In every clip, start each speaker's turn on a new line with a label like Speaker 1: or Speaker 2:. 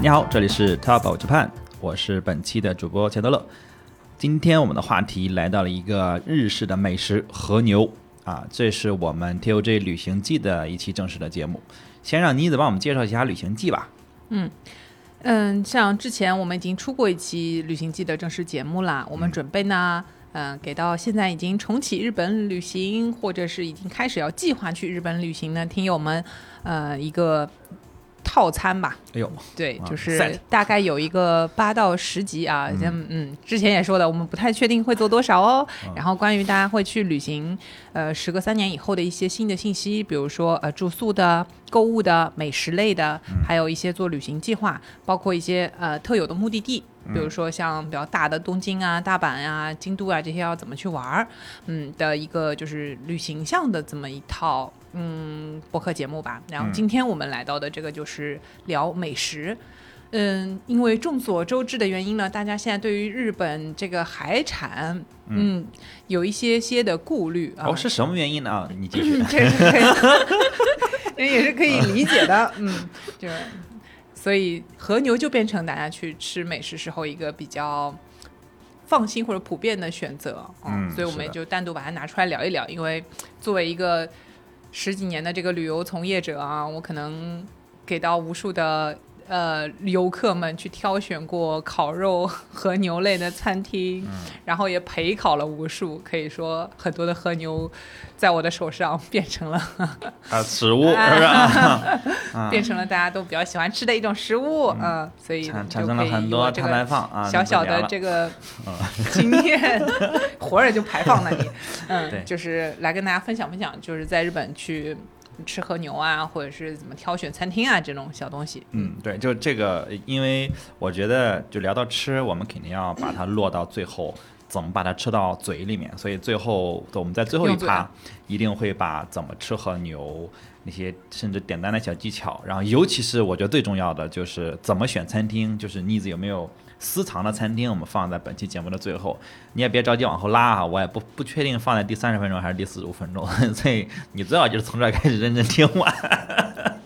Speaker 1: 你好，这里是 Top of Japan，我是本期的主播钱德勒。今天我们的话题来到了一个日式的美食和牛啊，这是我们 TOJ 旅行记的一期正式的节目。先让妮子帮我们介绍一下旅行记吧。
Speaker 2: 嗯，像之前我们已经出过一期旅行记的正式节目啦，我们准备呢，嗯、给到现在已经重启日本旅行，或者是已经开始要计划去日本旅行的听友们，呃，一个套餐吧，
Speaker 1: 哎呦，
Speaker 2: 对，
Speaker 1: 啊
Speaker 2: 就
Speaker 1: set
Speaker 2: 是大概有一个八到十集啊，嗯嗯，之前也说了，我们不太确定会做多少哦。然后关于大家会去旅行，呃，时隔三年以后的一些新的信息，比如说呃住宿的、购物的、美食类的，还有一些做旅行计划，包括一些呃特有的目的地。比如说像比较大的东京啊、大阪啊、京都啊这些要怎么去玩儿，嗯的一个就是旅行向的这么一套嗯播客节目吧。然后
Speaker 1: 嗯
Speaker 2: 今天我们来到的这个就是聊美食，嗯，因为众所周知的原因呢，大家现在对于日本这个海产，嗯，有一些些的顾虑啊。
Speaker 1: 哦，是什么原因呢？啊，你继 续。
Speaker 2: 这是嗯可以，人也是可以 理解的，嗯，就是，所以和牛就变成大家去吃美食时候一个比较放心或者普遍的选择，哦
Speaker 1: 嗯
Speaker 2: 所以我
Speaker 1: 是
Speaker 2: 们
Speaker 1: 的
Speaker 2: 就单独把它拿出来聊一聊，因为作为一个十几年的这个旅游从业者啊，我可能给到无数的。呃，游客们去挑选过烤肉和牛类的餐厅，
Speaker 1: 嗯
Speaker 2: 然后也陪烤了无数，可以说很多的和牛在我的手上变成了、
Speaker 1: 啊，食物是不是啊？
Speaker 2: 变成了大家都比较喜欢吃的一种食物，嗯，所以
Speaker 1: 产
Speaker 2: 就
Speaker 1: 产生了
Speaker 2: 可以
Speaker 1: 很
Speaker 2: 以
Speaker 1: 多
Speaker 2: 我这
Speaker 1: 碳排
Speaker 2: 个
Speaker 1: 放啊，
Speaker 2: 小小的
Speaker 1: 个
Speaker 2: 这个
Speaker 1: 嗯
Speaker 2: 经验， 活着就排放了 你，
Speaker 1: 对
Speaker 2: 嗯，就是来跟大家分享分享，就是在日本去吃和牛啊，或者是怎么挑选餐厅啊这种小东西，
Speaker 1: 嗯，对，就这个，因为我觉得就聊到吃，我们肯定要把它落到最后，怎么把它吃到嘴里面。所以最后，我们在最后一
Speaker 2: 用嘴
Speaker 1: 趴一定会把怎么吃和牛那些甚至简单的小技巧，然后尤其是我觉得最重要的就是怎么选餐厅，就是妮子有没有私藏的餐厅，我们放在本期节目的最后。你也别着急往后拉啊，我也不不确定放在第三十分钟还是第四十五分钟， 所以你最好就是从这儿开始认真听完。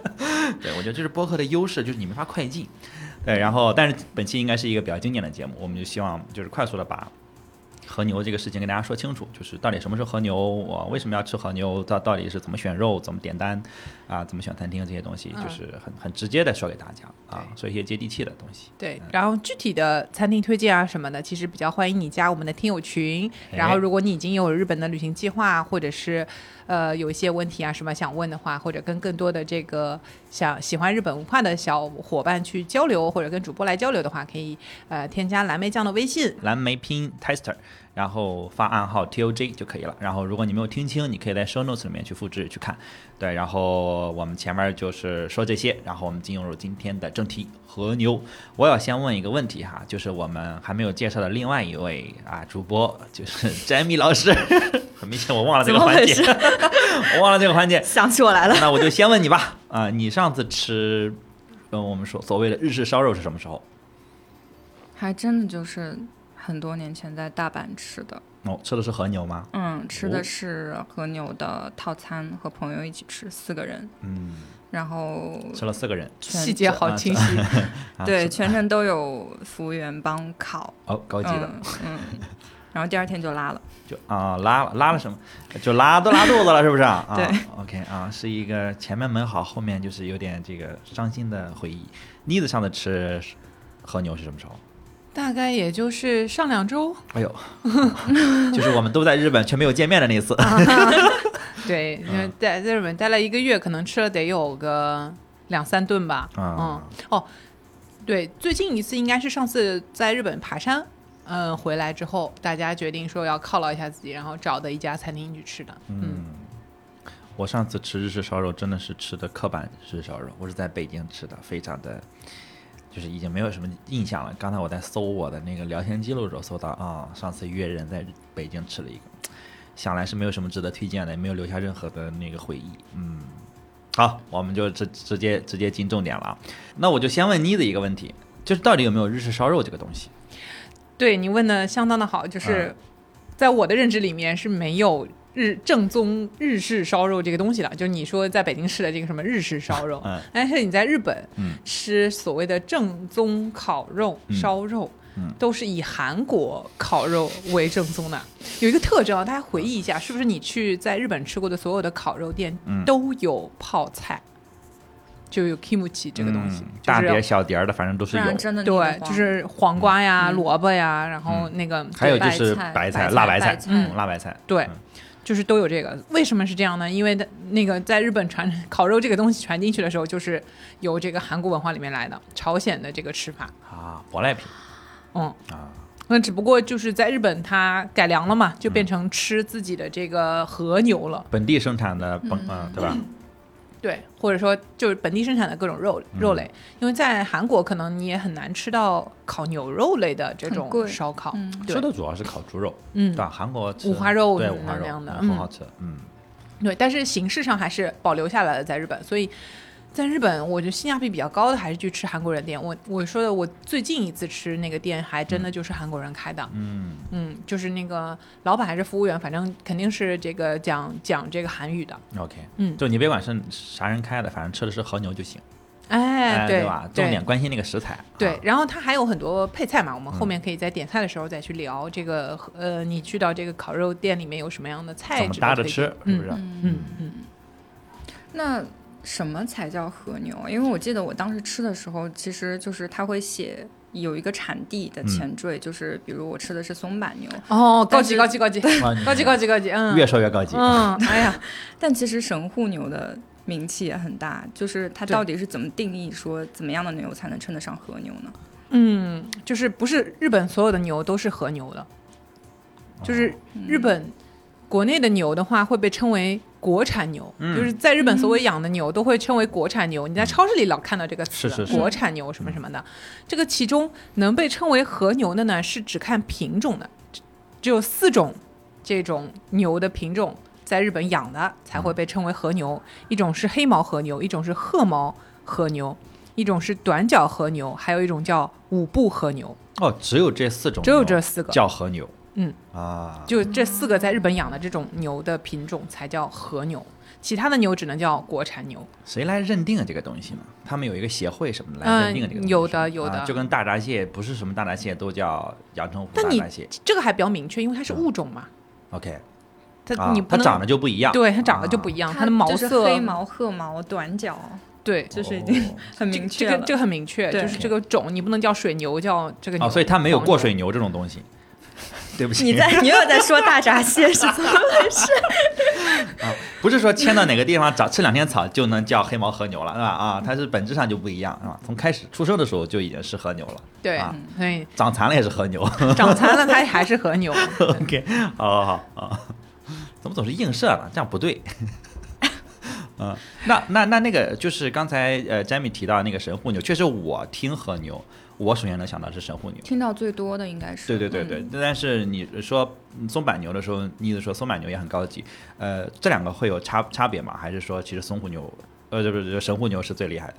Speaker 1: 对，我觉得这是播客的优势，就是你没法快进。 对，然后但是本期应该是一个比较经典的节目，我们就希望就是快速的把和牛这个事情跟大家说清楚，就是到底什么是和牛，我为什么要吃和牛，到到底是怎么选肉，怎么点单，啊，怎么选餐厅这些东西，
Speaker 2: 嗯
Speaker 1: 就是很很直接的说给大家啊，
Speaker 2: 对
Speaker 1: 说一些接地气的东西。
Speaker 2: 对，然后具体的餐厅推荐啊什么的，其实比较欢迎你加我们的听友群。然后，如果你已经有日本的旅行计划，或者是呃有一些问题啊什么想问的话，或者跟更多的这个想喜欢日本文化的小伙伴去交流，或者跟主播来交流的话，可以呃添加蓝莓酱的微信。
Speaker 1: 蓝莓拼音 tester，然后发暗号 TOJ 就可以了。然后如果你没有听清，你可以在 show notes 里面去复制去看。对，然后我们前面就是说这些，然后我们进入今天的正题和牛。我要先问一个问题哈，就是我们还没有介绍的另外一位啊主播，就是詹米老 师。很明显我忘了这个
Speaker 3: 怎么
Speaker 1: 环
Speaker 3: 回
Speaker 1: 节
Speaker 3: 事，
Speaker 1: 我忘了这个环节。
Speaker 3: 想起我来了，
Speaker 1: 那我就先问你吧，啊、你上次吃，嗯，我们说所谓的日式烧肉是什么时候？
Speaker 4: 还真的就是很多年前在大阪吃的，
Speaker 1: 哦，吃的是和牛吗？
Speaker 4: 嗯，吃
Speaker 1: 哦
Speaker 4: 的是和牛的套餐，和朋友一起吃，四个人，
Speaker 1: 嗯，
Speaker 4: 然后
Speaker 1: 吃了四个人。
Speaker 4: 全
Speaker 2: 细节好清晰，
Speaker 1: 啊、
Speaker 4: 对，
Speaker 1: 是
Speaker 4: 全程都有服务员帮烤，
Speaker 1: 哦，高级的。
Speaker 4: 嗯嗯，然后第二天就拉了，
Speaker 1: 就啊、拉了拉了什么？就拉都拉肚子了，是不是啊？啊
Speaker 4: 对
Speaker 1: ，OK 啊，是一个前面美好，后面就是有点这个伤心的回忆。妮子上次吃和牛是什么时候？
Speaker 2: 大概也就是上两周。
Speaker 1: 哎呦，嗯就是我们都在日本却没有见面的那一次。
Speaker 2: 对，因为在在日本待了一个月，可能吃了得有个两三顿吧。
Speaker 1: 啊
Speaker 2: 嗯，哦，对，最近一次应该是上次在日本爬山，嗯，回来之后大家决定说要犒劳一下自己，然后找的一家餐厅去吃的。嗯，
Speaker 1: 我上次吃日式烧肉真的是吃的刻板日式烧肉，我是在北京吃的，非常的。就是已经没有什么印象了。刚才我在搜我的那个聊天记录的时候，搜到啊、上次约人在北京吃了一个， 想来是没有什么值得推荐的，也没有留下任何的那个回忆。嗯，好，我们就直直接直接进重点了啊。那我就先问妮子一个问题，就是到底有没有日式烧肉这个东西？
Speaker 2: 嗯对你问的相当的好，就是在我的认知里面是没有日正宗日式烧肉这个东西了，就是你说在北京吃的这个什么日式烧 肉，
Speaker 1: 嗯
Speaker 2: 但是哎你在日本
Speaker 1: 嗯
Speaker 2: 吃所谓的正宗烤肉、
Speaker 1: 嗯
Speaker 2: 烧肉。
Speaker 1: 嗯
Speaker 2: 都是以韩国烤肉为正宗的，有一个特征啊，大家回忆一下，是不是你去在日本吃过的所有的烤肉店
Speaker 1: 嗯
Speaker 2: 都有泡菜，就有 kimchi 这个东西，
Speaker 1: 嗯
Speaker 2: 就
Speaker 1: 大
Speaker 2: 是
Speaker 1: 碟小碟儿的，反正都
Speaker 4: 不
Speaker 1: 是有
Speaker 4: 然。真的腻得
Speaker 2: 对，
Speaker 4: 慌
Speaker 2: 就是黄瓜呀、
Speaker 4: 嗯
Speaker 2: 萝卜呀，然后那个
Speaker 1: 嗯还有就是
Speaker 4: 白
Speaker 1: 菜、
Speaker 4: 菜
Speaker 1: 辣
Speaker 4: 白
Speaker 1: 菜、
Speaker 4: 菜
Speaker 1: 嗯，辣白菜。
Speaker 2: 对
Speaker 1: 嗯，
Speaker 2: 就是都有这个。为什么是这样呢？因为的那个在日本传烤肉这个东西传进去的时候，就是由这个韩国文化里面来的，朝鲜的这个吃法。
Speaker 1: 啊，舶来品
Speaker 2: 嗯，
Speaker 1: 啊，
Speaker 2: 那只不过就是在日本它改良了嘛，就变成吃自己的这个和牛了，
Speaker 1: 本地生产的本，
Speaker 4: 嗯
Speaker 1: 嗯，对吧？
Speaker 2: 对，或者说就是本地生产的各种肉
Speaker 1: 嗯
Speaker 2: 肉类。因为在韩国可能你也很难吃到烤牛肉类的这
Speaker 4: 很
Speaker 2: 种
Speaker 4: 贵
Speaker 2: 烧烤。
Speaker 4: 嗯
Speaker 1: 吃
Speaker 2: 对，
Speaker 1: 的主要是烤猪肉，
Speaker 2: 嗯
Speaker 1: 对，吧？韩国吃
Speaker 2: 五花肉
Speaker 1: 对
Speaker 2: 什么
Speaker 1: 五花
Speaker 2: 的
Speaker 1: 肉
Speaker 2: 那样的
Speaker 1: 嗯很
Speaker 2: 嗯
Speaker 1: 好吃，嗯，
Speaker 2: 对，但是形式上还是保留下来了在日本，所以在日本，我觉得性价比比较高的还是去吃韩国人店。我我说的，我最近一次吃那个店，还真的就是韩国人开的，
Speaker 1: 嗯，
Speaker 2: 嗯，就是那个老板还是服务员，反正肯定是这个讲讲这个韩语的，
Speaker 1: OK，
Speaker 2: 嗯
Speaker 1: 就你别管是啥人开的，反正吃的是和牛就行，
Speaker 2: 哎，
Speaker 1: 对
Speaker 2: 对
Speaker 1: 吧？重点关心那个食材，
Speaker 2: 对
Speaker 1: 啊，嗯
Speaker 2: 然后它还有很多配菜嘛，我们后面可以在点菜的时候再去聊这个。呃，你去到这个烤肉店里面有什么样的菜
Speaker 1: 怎么
Speaker 2: 值得
Speaker 1: 搭着
Speaker 2: 推
Speaker 1: 吃
Speaker 2: 荐，
Speaker 1: 是不是？
Speaker 4: 嗯
Speaker 2: 嗯嗯
Speaker 4: 那什么才叫和牛？啊因为我记得我当时吃的时候，其实就是它会写有一个产地
Speaker 2: 嗯
Speaker 4: 的前缀，就是比如我吃的是松板牛，
Speaker 2: 哦，高
Speaker 4: 但
Speaker 2: 级
Speaker 4: 是
Speaker 2: 高级高级
Speaker 1: 哇你
Speaker 2: 高级高级高级，嗯，
Speaker 1: 越说越高级，
Speaker 2: 嗯，哎呀，
Speaker 4: 但其实神户牛的名气也很大，就是它
Speaker 2: 对
Speaker 4: 到底是怎么定义说怎么样的牛才能称得上和牛呢？
Speaker 2: 嗯，就是不是日本所有的牛都是和牛
Speaker 1: 哦
Speaker 2: 的，就是日本国内的牛的话会被称为国产牛，
Speaker 1: 嗯
Speaker 2: 就是在日本所谓养的牛都会称为国产牛。你在超市里老看到这个
Speaker 1: 是
Speaker 2: 词，
Speaker 1: 是是
Speaker 2: 国产牛什么什么的。这个其中能被称为和牛的呢，是只看品种的，只只有四种这种牛的品种。在日本养的才会被称为和牛，一种是黑毛和牛，一种是褐毛和牛，一种是短角和牛，还有一种叫五步和牛，
Speaker 1: 哦，只有这四种牛，
Speaker 2: 只有这四个，
Speaker 1: 叫和牛，
Speaker 2: 嗯
Speaker 1: 啊，
Speaker 2: 就这四个在日本养的这种牛的品种才叫和牛，其他的牛只能叫国产牛。
Speaker 1: 谁来认定这个东西呢？他们有一个协会什么的
Speaker 2: 嗯
Speaker 1: 来认定这个东西是吗、
Speaker 2: 有的有的
Speaker 1: 啊就跟大闸蟹不是什么大闸蟹都叫阳澄湖
Speaker 2: 但
Speaker 1: 大
Speaker 2: 你
Speaker 1: 闸蟹
Speaker 2: 这个还比较明确，因为它是物种嘛，
Speaker 1: ，OK，
Speaker 2: 它、
Speaker 1: 嗯啊，
Speaker 2: 你不
Speaker 1: 它
Speaker 2: 能
Speaker 1: 长得就啊不一样，
Speaker 2: 对它长得就不
Speaker 1: 一
Speaker 2: 一样，啊
Speaker 4: 它
Speaker 2: 它的毛
Speaker 4: 就是
Speaker 2: 色哦
Speaker 4: 黑毛、褐毛、短角，
Speaker 2: 对。
Speaker 4: 就是已经很
Speaker 2: 这
Speaker 4: 明确
Speaker 2: 这
Speaker 4: 了。
Speaker 2: 个这个很明确，
Speaker 4: 对
Speaker 2: 就是这个种，你不能叫水牛，叫这个
Speaker 1: 哦
Speaker 2: 牛。
Speaker 1: 所以它没有
Speaker 2: 黄
Speaker 1: 过
Speaker 2: 牛
Speaker 1: 水牛这种东西。对不起，
Speaker 4: 你在你 又在说大闸蟹是怎么？
Speaker 1: 啊不是说迁到哪个地方找吃两天草就能叫黑毛和牛了，是吧？啊，它是本质上就不一样，是吧？从开始出生的时候就已经是和牛了，
Speaker 2: 对
Speaker 1: 啊，
Speaker 2: 所以
Speaker 1: 长残了也是和牛。
Speaker 2: 长残了它还是和牛。
Speaker 1: OK，好好好啊，怎么总是映射呢？这样不对。嗯，那那那那个就是刚才呃詹米提到那个神户牛，确实我听和牛，我首先能想到是神户牛。
Speaker 4: 听到最多的应该是
Speaker 1: 对对对
Speaker 2: 嗯
Speaker 1: 对，但是你说嗯松板牛的时候，你意思说松板牛也很高级，呃，这两个会有差差别吗？还是说其实松户牛，呃，不是神户牛是最厉害的？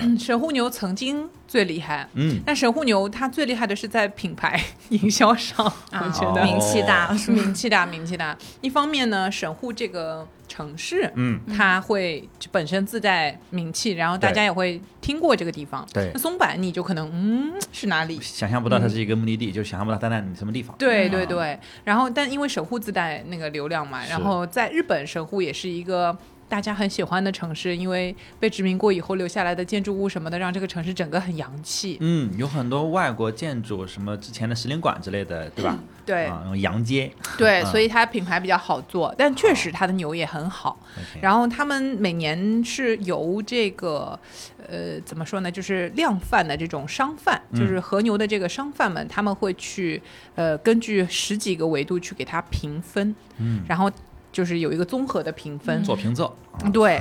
Speaker 2: 嗯， 神户牛曾经最厉害，
Speaker 1: 嗯，
Speaker 2: 但神户牛它最厉害的是在品牌营销上，我
Speaker 4: 啊
Speaker 2: 觉
Speaker 1: 哦
Speaker 2: 得
Speaker 4: 名气大，
Speaker 2: 是名气大，名气大。一方面呢，神户这个城市，
Speaker 1: 嗯，
Speaker 2: 它会就本身自带名气，然后大
Speaker 1: 对
Speaker 2: 家也会听过这个地方。
Speaker 1: 对嗯
Speaker 2: 那松柏你就可能嗯是哪里？
Speaker 1: 想象不到它是一个目的地，就想象不到它在什么地方。
Speaker 2: 对
Speaker 1: 嗯
Speaker 2: 对对，然后但因为神户自带那个流量嘛，然
Speaker 1: 是
Speaker 2: 后在日本神户也是一个大家很喜欢的城市，因为被殖民过以后留下来的建筑物什么的，让这个城市整个很洋气。
Speaker 1: 嗯，有很多外国建筑，什么之前的石林馆之类的，对吧？
Speaker 2: 嗯对、
Speaker 1: 啊，那种洋街。
Speaker 2: 对，
Speaker 1: 嗯哦
Speaker 2: 所以它品牌比较好做，但确实它的牛也很好。
Speaker 1: OK
Speaker 2: 然后他们每年是由这个，呃，怎么说呢，就是量贩的这种商贩，
Speaker 1: 嗯
Speaker 2: 就是和牛的这个商贩们，他们会去，呃，根据十几个维度去给它评分，
Speaker 1: 嗯，
Speaker 2: 然后就是有一个综合的评分。
Speaker 1: 做评测，啊
Speaker 2: 对，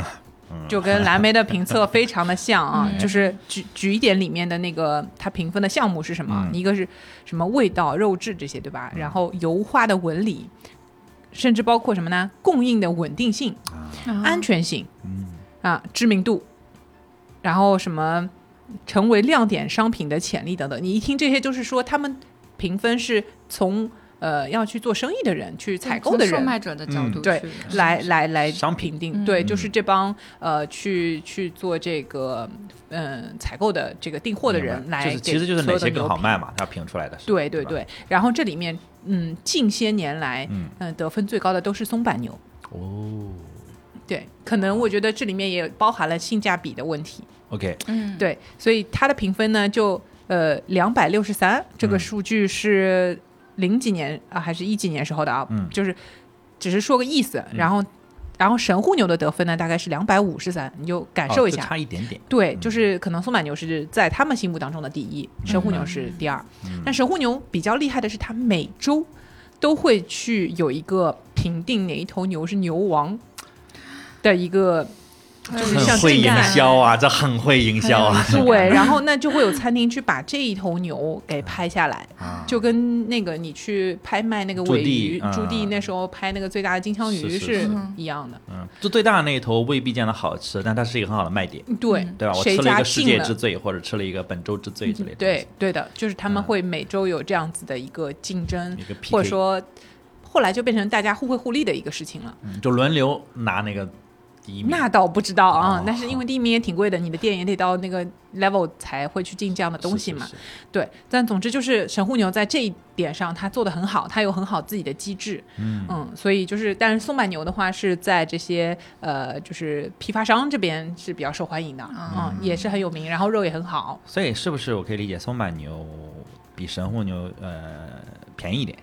Speaker 1: 嗯
Speaker 2: 就跟蓝莓的评测非常的像啊，
Speaker 4: 嗯
Speaker 2: 就是举举一点里面的那个它评分的项目是什么？
Speaker 1: 嗯
Speaker 2: 一个是什么味道、肉质这些，对吧？然后油花的纹理，甚至包括什么呢？供应的稳定性、
Speaker 1: 啊，
Speaker 4: 哎
Speaker 2: 安全性
Speaker 1: 嗯，
Speaker 2: 啊、知名度，然后什么成为亮点商品的潜力等等。你一听这些，就是说他们评分是从呃要去做生意的人、去采购
Speaker 4: 从
Speaker 2: 的
Speaker 4: 售
Speaker 2: 人
Speaker 4: 卖者的角
Speaker 1: 嗯
Speaker 4: 度
Speaker 2: 对
Speaker 4: 去
Speaker 2: 来来来
Speaker 1: 商品
Speaker 2: 评定，
Speaker 4: 嗯
Speaker 2: 对，就是这帮呃去去做这个嗯、采购的这个订货的人
Speaker 1: 明白
Speaker 2: 来
Speaker 1: 就是
Speaker 2: 给所
Speaker 1: 其实
Speaker 2: 有
Speaker 1: 就
Speaker 2: 的
Speaker 1: 是哪些更
Speaker 2: 牛
Speaker 1: 好
Speaker 2: 皮
Speaker 1: 卖嘛，它评出来的是。
Speaker 2: 对对
Speaker 1: 吧，
Speaker 2: 对，然后这里面嗯近些年来
Speaker 1: 嗯，
Speaker 2: 嗯、得分最高的都是松板牛，
Speaker 1: 哦
Speaker 2: 对，可能我觉得这里面也包含了性价比的问题，
Speaker 1: ，OK，
Speaker 4: 嗯，
Speaker 2: 对，所以它的评分呢就呃两百六十三，这个
Speaker 1: 嗯
Speaker 2: 数据是零几年啊还是一几年时候的啊，
Speaker 1: 嗯
Speaker 2: 就是只是说个意思，然后。然后神户牛的得分呢，大概是两百五十三，你就感受
Speaker 1: 哦
Speaker 2: 一
Speaker 1: 就
Speaker 2: 下，
Speaker 1: 差一点点。
Speaker 2: 对，
Speaker 1: 嗯
Speaker 2: 就是可能松板牛是在他们心目当中的第一，神户牛是第二。
Speaker 1: 嗯
Speaker 2: 但神户牛比较厉害的是，它每周都会去有一个评定哪一头牛是牛王的一个，
Speaker 4: 就
Speaker 2: 就是像
Speaker 1: 很会
Speaker 2: 这
Speaker 1: 营
Speaker 2: 样
Speaker 1: 销啊，这很会营销啊！
Speaker 2: 对，然后那就会有餐厅去把这一头牛给拍下来。
Speaker 1: 啊
Speaker 2: 就跟那个你去拍卖那个
Speaker 1: 驻
Speaker 2: 尾
Speaker 1: 地
Speaker 2: 鱼，
Speaker 1: 嗯
Speaker 2: 驻地那时候拍那个最大的金枪
Speaker 1: 是
Speaker 2: 鱼
Speaker 1: 是是
Speaker 2: 是一样的，
Speaker 1: 嗯，就最大的那一头未必见得好吃，但它是一个很好的卖点，
Speaker 2: 对
Speaker 1: 嗯对吧？啊我
Speaker 2: 谁
Speaker 1: 吃了一
Speaker 2: 家
Speaker 1: 个世
Speaker 2: 进
Speaker 1: 界
Speaker 2: 了嗯
Speaker 1: 之最，或者吃了一个本周之最之类的东西。
Speaker 2: 对对的，就是他们
Speaker 1: 嗯
Speaker 2: 会每周有这样子的一个竞争，
Speaker 1: 一个 PK，
Speaker 2: 或者说后来就变成大家互惠互利的一个事情了。
Speaker 1: 嗯就轮流拿那个第一名。
Speaker 2: 那倒不知道啊，
Speaker 1: 哦
Speaker 2: 但是因为第一名也挺贵的，你的店也得到那个 level 才会去进这样的东西嘛。
Speaker 1: 是是是
Speaker 2: 对，但总之就是神户牛在这一点上，它做的很好，它有很好自己的机制，
Speaker 1: 嗯
Speaker 2: 所以就是，但是松板牛的话是在这些呃，就是批发商这边是比较受欢迎的，
Speaker 4: 啊
Speaker 2: 嗯，也是很有名，然后肉也很好，
Speaker 1: 所以是不是我可以理解松板牛比神户牛呃便宜一点？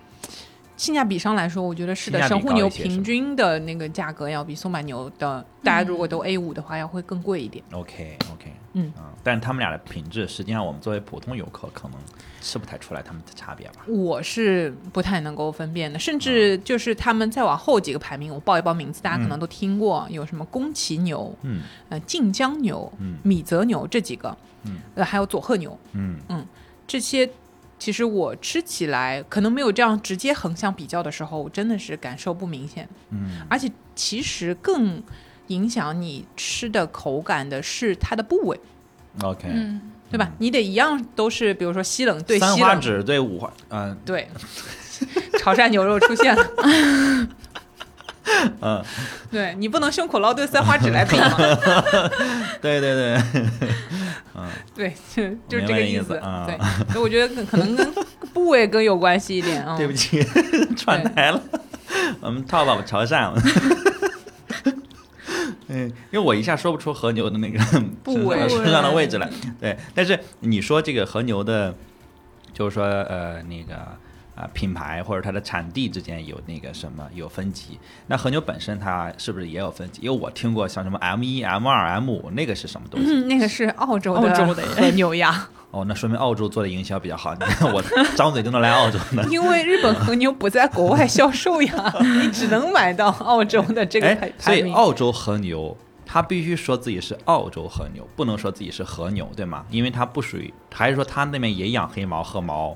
Speaker 2: 性价比上来说，我觉得是的
Speaker 1: 性。价比
Speaker 2: 神户牛
Speaker 1: 高一些是吗
Speaker 2: 平均的那个价格要比松板牛的，大家如果都 A 五的话，要会更贵一点。
Speaker 1: OK OK，
Speaker 2: 嗯
Speaker 1: 但是他们俩的品质，实际上我们作为普通游客可能吃不太出来他们的差别吧。
Speaker 2: 我是不太能够分辨的，甚至
Speaker 1: 嗯
Speaker 2: 就是他们再往后几个排名，我报一报名字，大家可能都听过，有什么宫崎牛、
Speaker 1: 嗯
Speaker 2: 呃晋江牛、
Speaker 1: 嗯
Speaker 2: 米泽牛这几个，
Speaker 1: 嗯
Speaker 2: 呃还有佐贺牛
Speaker 1: 嗯
Speaker 2: 这些。其实我吃起来可能没有这样直接横向比较的时候，我真的是感受不明显。
Speaker 1: 嗯，
Speaker 2: 而且其实更影响你吃的口感的是它的部位，
Speaker 1: OK，、
Speaker 4: 嗯，
Speaker 2: 对吧？你得一样都是，比如说西冷对
Speaker 1: 三
Speaker 2: 西
Speaker 1: 花
Speaker 2: 冷，
Speaker 1: 指对五花，嗯、
Speaker 2: 对， 潮汕牛肉出现了。
Speaker 1: 嗯，
Speaker 2: 对你不能胸口捞对三花指来比 嘛？
Speaker 1: 对对对，
Speaker 2: 对，就就是这个意思。
Speaker 1: 明白你的意啊
Speaker 2: 对，所以我觉得可可能跟部位更有关系一点 啊。
Speaker 1: 对不 起，串台了。我们套宝潮汕。 嗯，因为我一下说不出和牛的那个
Speaker 2: 部
Speaker 1: 身上
Speaker 2: 位
Speaker 1: 身上的位置来。对，但是你说这个和牛的，就是说呃那个啊、品牌或者它的产地之间有那个什么有分级，那和牛本身它是不是也有分级？因为我听过像什么 M 一、M 二、M 五那个是什么东西？
Speaker 2: 嗯， 那个是澳洲的
Speaker 4: 澳洲的
Speaker 2: 和牛呀，
Speaker 1: 哦，那说明澳洲做的营销比较好。你看我张嘴就能来澳洲呢。
Speaker 2: 因为日本和牛不在国外销售呀， 你只能买到澳洲的这个
Speaker 1: 哎
Speaker 2: 排，
Speaker 1: 所
Speaker 2: 排
Speaker 1: 以
Speaker 2: 名。
Speaker 1: 澳洲和牛，它必须说自己是澳洲和牛，不能说自己是和牛，对吗？因为它不属于，还是说它那边也养黑毛、褐毛、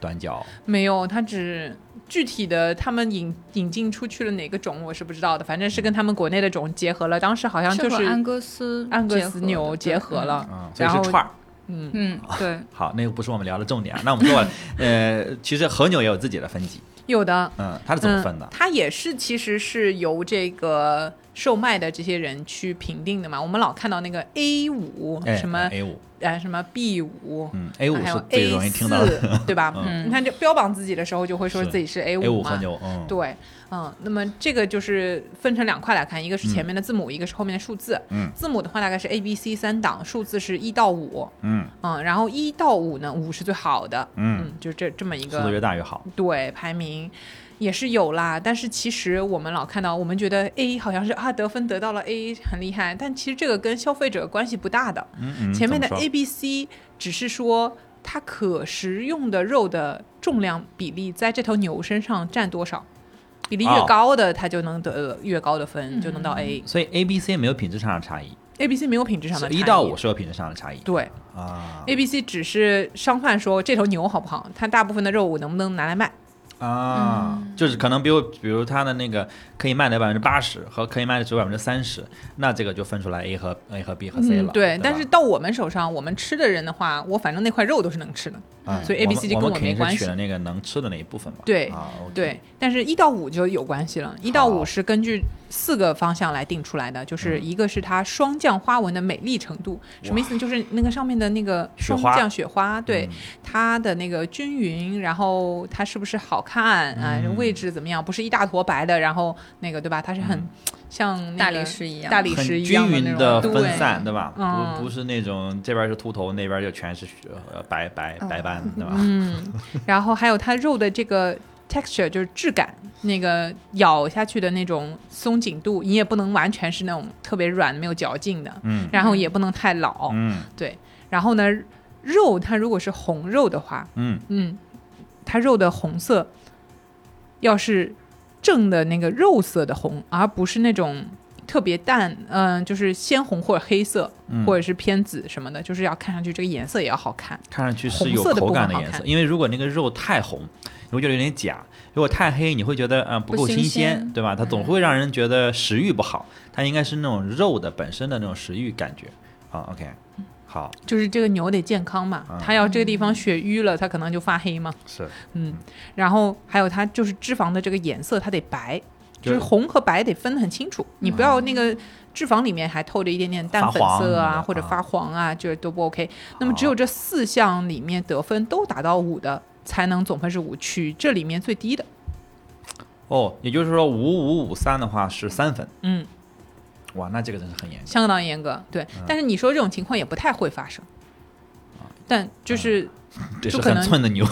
Speaker 1: 短角？
Speaker 2: 没有，它只具体的他们引引进出去了哪个种我是不知道的，反正是跟他们国内的种结合了。当时好像就是
Speaker 4: 和安
Speaker 2: 是
Speaker 4: 格斯
Speaker 2: 安格
Speaker 4: 结合
Speaker 2: 斯
Speaker 4: 的
Speaker 2: 牛
Speaker 4: 对
Speaker 2: 结合了，
Speaker 1: 嗯，所以
Speaker 2: 然后
Speaker 1: 是串儿。
Speaker 2: 嗯，
Speaker 4: 嗯，对，
Speaker 1: 好，那个不是我们聊的重 点啊。那我们说完，呃，其实和牛也有自己的分级，
Speaker 2: 有的
Speaker 1: 嗯，它是怎么分的
Speaker 2: 嗯？？它也是，其实是由这个售卖的这些人去评定的嘛。我们老看到那个 A 五、
Speaker 1: 哎，
Speaker 2: 嗯什么
Speaker 1: A 五，
Speaker 2: 呃什么 B 五、
Speaker 1: 嗯，A 五是
Speaker 2: 还有
Speaker 1: 最
Speaker 2: A
Speaker 1: 容易听到的
Speaker 2: 四，对吧？
Speaker 4: 嗯
Speaker 2: 你看这标榜自己的时候就会说
Speaker 1: 是
Speaker 2: 自己是 A
Speaker 1: A 五
Speaker 2: 五
Speaker 1: 和
Speaker 2: 嘛。
Speaker 1: 牛，嗯，
Speaker 2: 对，嗯，那么这个就是分成两块来看，一个是前面的字母，一个是后面的数字。
Speaker 1: 嗯，
Speaker 2: 字母的话大概是 A、B、C 三档，数字是一到五，
Speaker 1: 嗯
Speaker 2: 嗯，然后一到五呢，五是最好的，
Speaker 1: 嗯，
Speaker 2: 嗯，就这这么一
Speaker 1: 速
Speaker 2: 个
Speaker 1: 度越大越好。
Speaker 2: 对排名也是有啦，但是其实我们老看到，我们觉得 A 好像是啊得分得到了 A 很厉害，但其实这个跟消费者关系不大的。
Speaker 1: 嗯嗯，
Speaker 2: 前面的
Speaker 1: 怎么说
Speaker 2: A、B、C 只是说它可食用的肉的重量比例在这头牛身上占多少，比例
Speaker 1: 哦嗯
Speaker 2: 越高的它就能得越高的分，就能到 A。
Speaker 1: 所以 A、B、C 没有品质上的差异，
Speaker 2: A、B、C 没有品质上的
Speaker 1: 一
Speaker 2: 差
Speaker 1: 到
Speaker 2: 异
Speaker 1: 五。是有品质上的差异
Speaker 2: 对
Speaker 1: 啊。
Speaker 2: ，A、B、C 只是商贩说这头牛好不好，它大部分的肉我能不能拿来卖？
Speaker 1: 啊，
Speaker 2: 嗯
Speaker 1: 就是可能比如比如它的那个可以卖的百分之八十和可以卖的只有百分之三十，那这个就分出来 A 和 A 和 B 和 C 了。
Speaker 2: 嗯对，但
Speaker 1: 吧
Speaker 2: 是到我们手上，我们吃的人的话，我反正那块肉都是能吃的，
Speaker 1: 啊，
Speaker 2: 所以
Speaker 1: 我
Speaker 2: A B
Speaker 1: 们
Speaker 2: C D
Speaker 1: 我
Speaker 2: 跟
Speaker 1: 们
Speaker 2: 我
Speaker 1: 肯
Speaker 2: 没
Speaker 1: 定是
Speaker 2: 关
Speaker 1: 取
Speaker 2: 系
Speaker 1: 了那个能吃的那一部分嘛。
Speaker 2: 对
Speaker 1: 啊，
Speaker 2: 对，但是一到五就有关系了，一到
Speaker 1: 好嗯
Speaker 2: 五是根据四个方向来定出来的，就是一个是它霜降花纹的美丽程度，什么意思呢？就是那个上面的那个
Speaker 1: 雪
Speaker 2: 霜
Speaker 1: 花
Speaker 2: 降雪花，对、
Speaker 1: 嗯
Speaker 2: 它的那个均匀，然后它是不是好看啊、
Speaker 1: 嗯
Speaker 2: 位置怎么样？不是一大坨白的，然后那个对吧？它是很、像、那个、
Speaker 4: 大理石一样
Speaker 2: 大理
Speaker 1: 嗯很
Speaker 2: 石一
Speaker 1: 均
Speaker 2: 样
Speaker 1: 匀
Speaker 2: 的
Speaker 1: 的
Speaker 2: 那种
Speaker 1: 分散，对吧？
Speaker 2: 嗯
Speaker 1: 不不是那种这边是秃头，那边就全是雪呃白白白斑，对吧？
Speaker 2: 对，然后还有它肉的这个。texture 就是质感，那个咬下去的那种松紧度，你也不能完全是那种特别软没有嚼劲的，
Speaker 1: 嗯
Speaker 2: 然后也不能太老，
Speaker 1: 嗯
Speaker 2: 对。然后呢，肉它如果是红肉的话，
Speaker 1: 嗯
Speaker 2: 嗯，它肉的红色要是正的那个肉色的红，而不是那种特别淡，嗯、就是鲜红或者黑色，
Speaker 1: 嗯，
Speaker 2: 或者是偏紫什么的，就是要看上去这个颜色也要好看。
Speaker 1: 看上去是
Speaker 2: 红
Speaker 1: 有
Speaker 2: 色的
Speaker 1: 口
Speaker 2: 部分
Speaker 1: 感的
Speaker 2: 好
Speaker 1: 颜色，
Speaker 2: 看
Speaker 1: 因为如果那个肉太红，你会觉得有点假；如果太黑，你会觉得嗯、呃不
Speaker 4: 不
Speaker 1: 够
Speaker 4: 新
Speaker 1: 新
Speaker 4: 鲜
Speaker 1: 对
Speaker 2: 嗯
Speaker 1: 吧？它总会让人觉得食欲不好。它应该是那种肉的本身的那种食欲感觉啊。OK，好
Speaker 2: 就是这个牛得健康嘛，
Speaker 1: 嗯
Speaker 2: 它要这个地方血瘀了，它可能就发黑嘛。
Speaker 1: 是
Speaker 2: 嗯，然后还有它就是脂肪的这个颜色，它得白，
Speaker 1: 就
Speaker 2: 就是是红和白得分得很清楚，你不要那个脂肪里面还透着一点点淡粉色
Speaker 1: 发黄
Speaker 2: 啊，或者
Speaker 1: 啊
Speaker 2: 发黄啊，就是都不 OK。那么只有这四项里面得分都达到五的，才能总分是五，取这里面最低的。
Speaker 1: 哦，也就是说五五五三的话是三分，
Speaker 2: 嗯，
Speaker 1: 哇，那这个真是很严格。
Speaker 2: 相当严格，对。但是你说这种情况也不太会发生，但就是
Speaker 1: 这是
Speaker 2: 就可
Speaker 1: 很
Speaker 2: 能
Speaker 1: 寸的牛，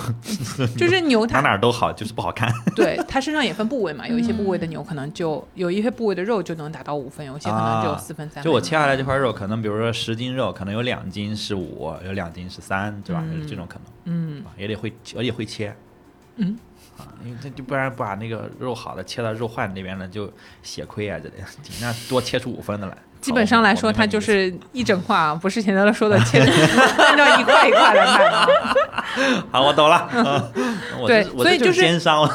Speaker 2: 就是牛
Speaker 1: 哪
Speaker 2: 它
Speaker 1: 哪儿都好，就是不好看。
Speaker 2: 对它身上也分部位
Speaker 1: 嗯
Speaker 2: 嘛，有一些部位的牛可能就有一些部位的肉就能达到五分，有一些可能只有
Speaker 1: 啊
Speaker 2: 四分三分。
Speaker 1: 就我切下来这块肉，可能比如说十斤肉，可能有两斤是五，有两斤是三，对吧？就是这种可能，
Speaker 2: 嗯，
Speaker 1: 也得会，也得会切。
Speaker 2: 嗯。
Speaker 1: 啊，因为他就不然把那个肉好的切到肉坏的那边了，就血亏啊之类的。那多切出五分的来。
Speaker 2: 基本上来
Speaker 1: 好
Speaker 2: 说，
Speaker 1: 我明白
Speaker 2: 它
Speaker 1: 你
Speaker 2: 就
Speaker 1: 的意思
Speaker 2: 是一整块啊，不是前头说的 切，按照一块一块来卖啊。
Speaker 1: 好，我懂 了。啊我这
Speaker 2: 对
Speaker 1: 我
Speaker 2: 所
Speaker 1: 这
Speaker 2: 以
Speaker 1: 就
Speaker 2: 就是
Speaker 1: 奸商，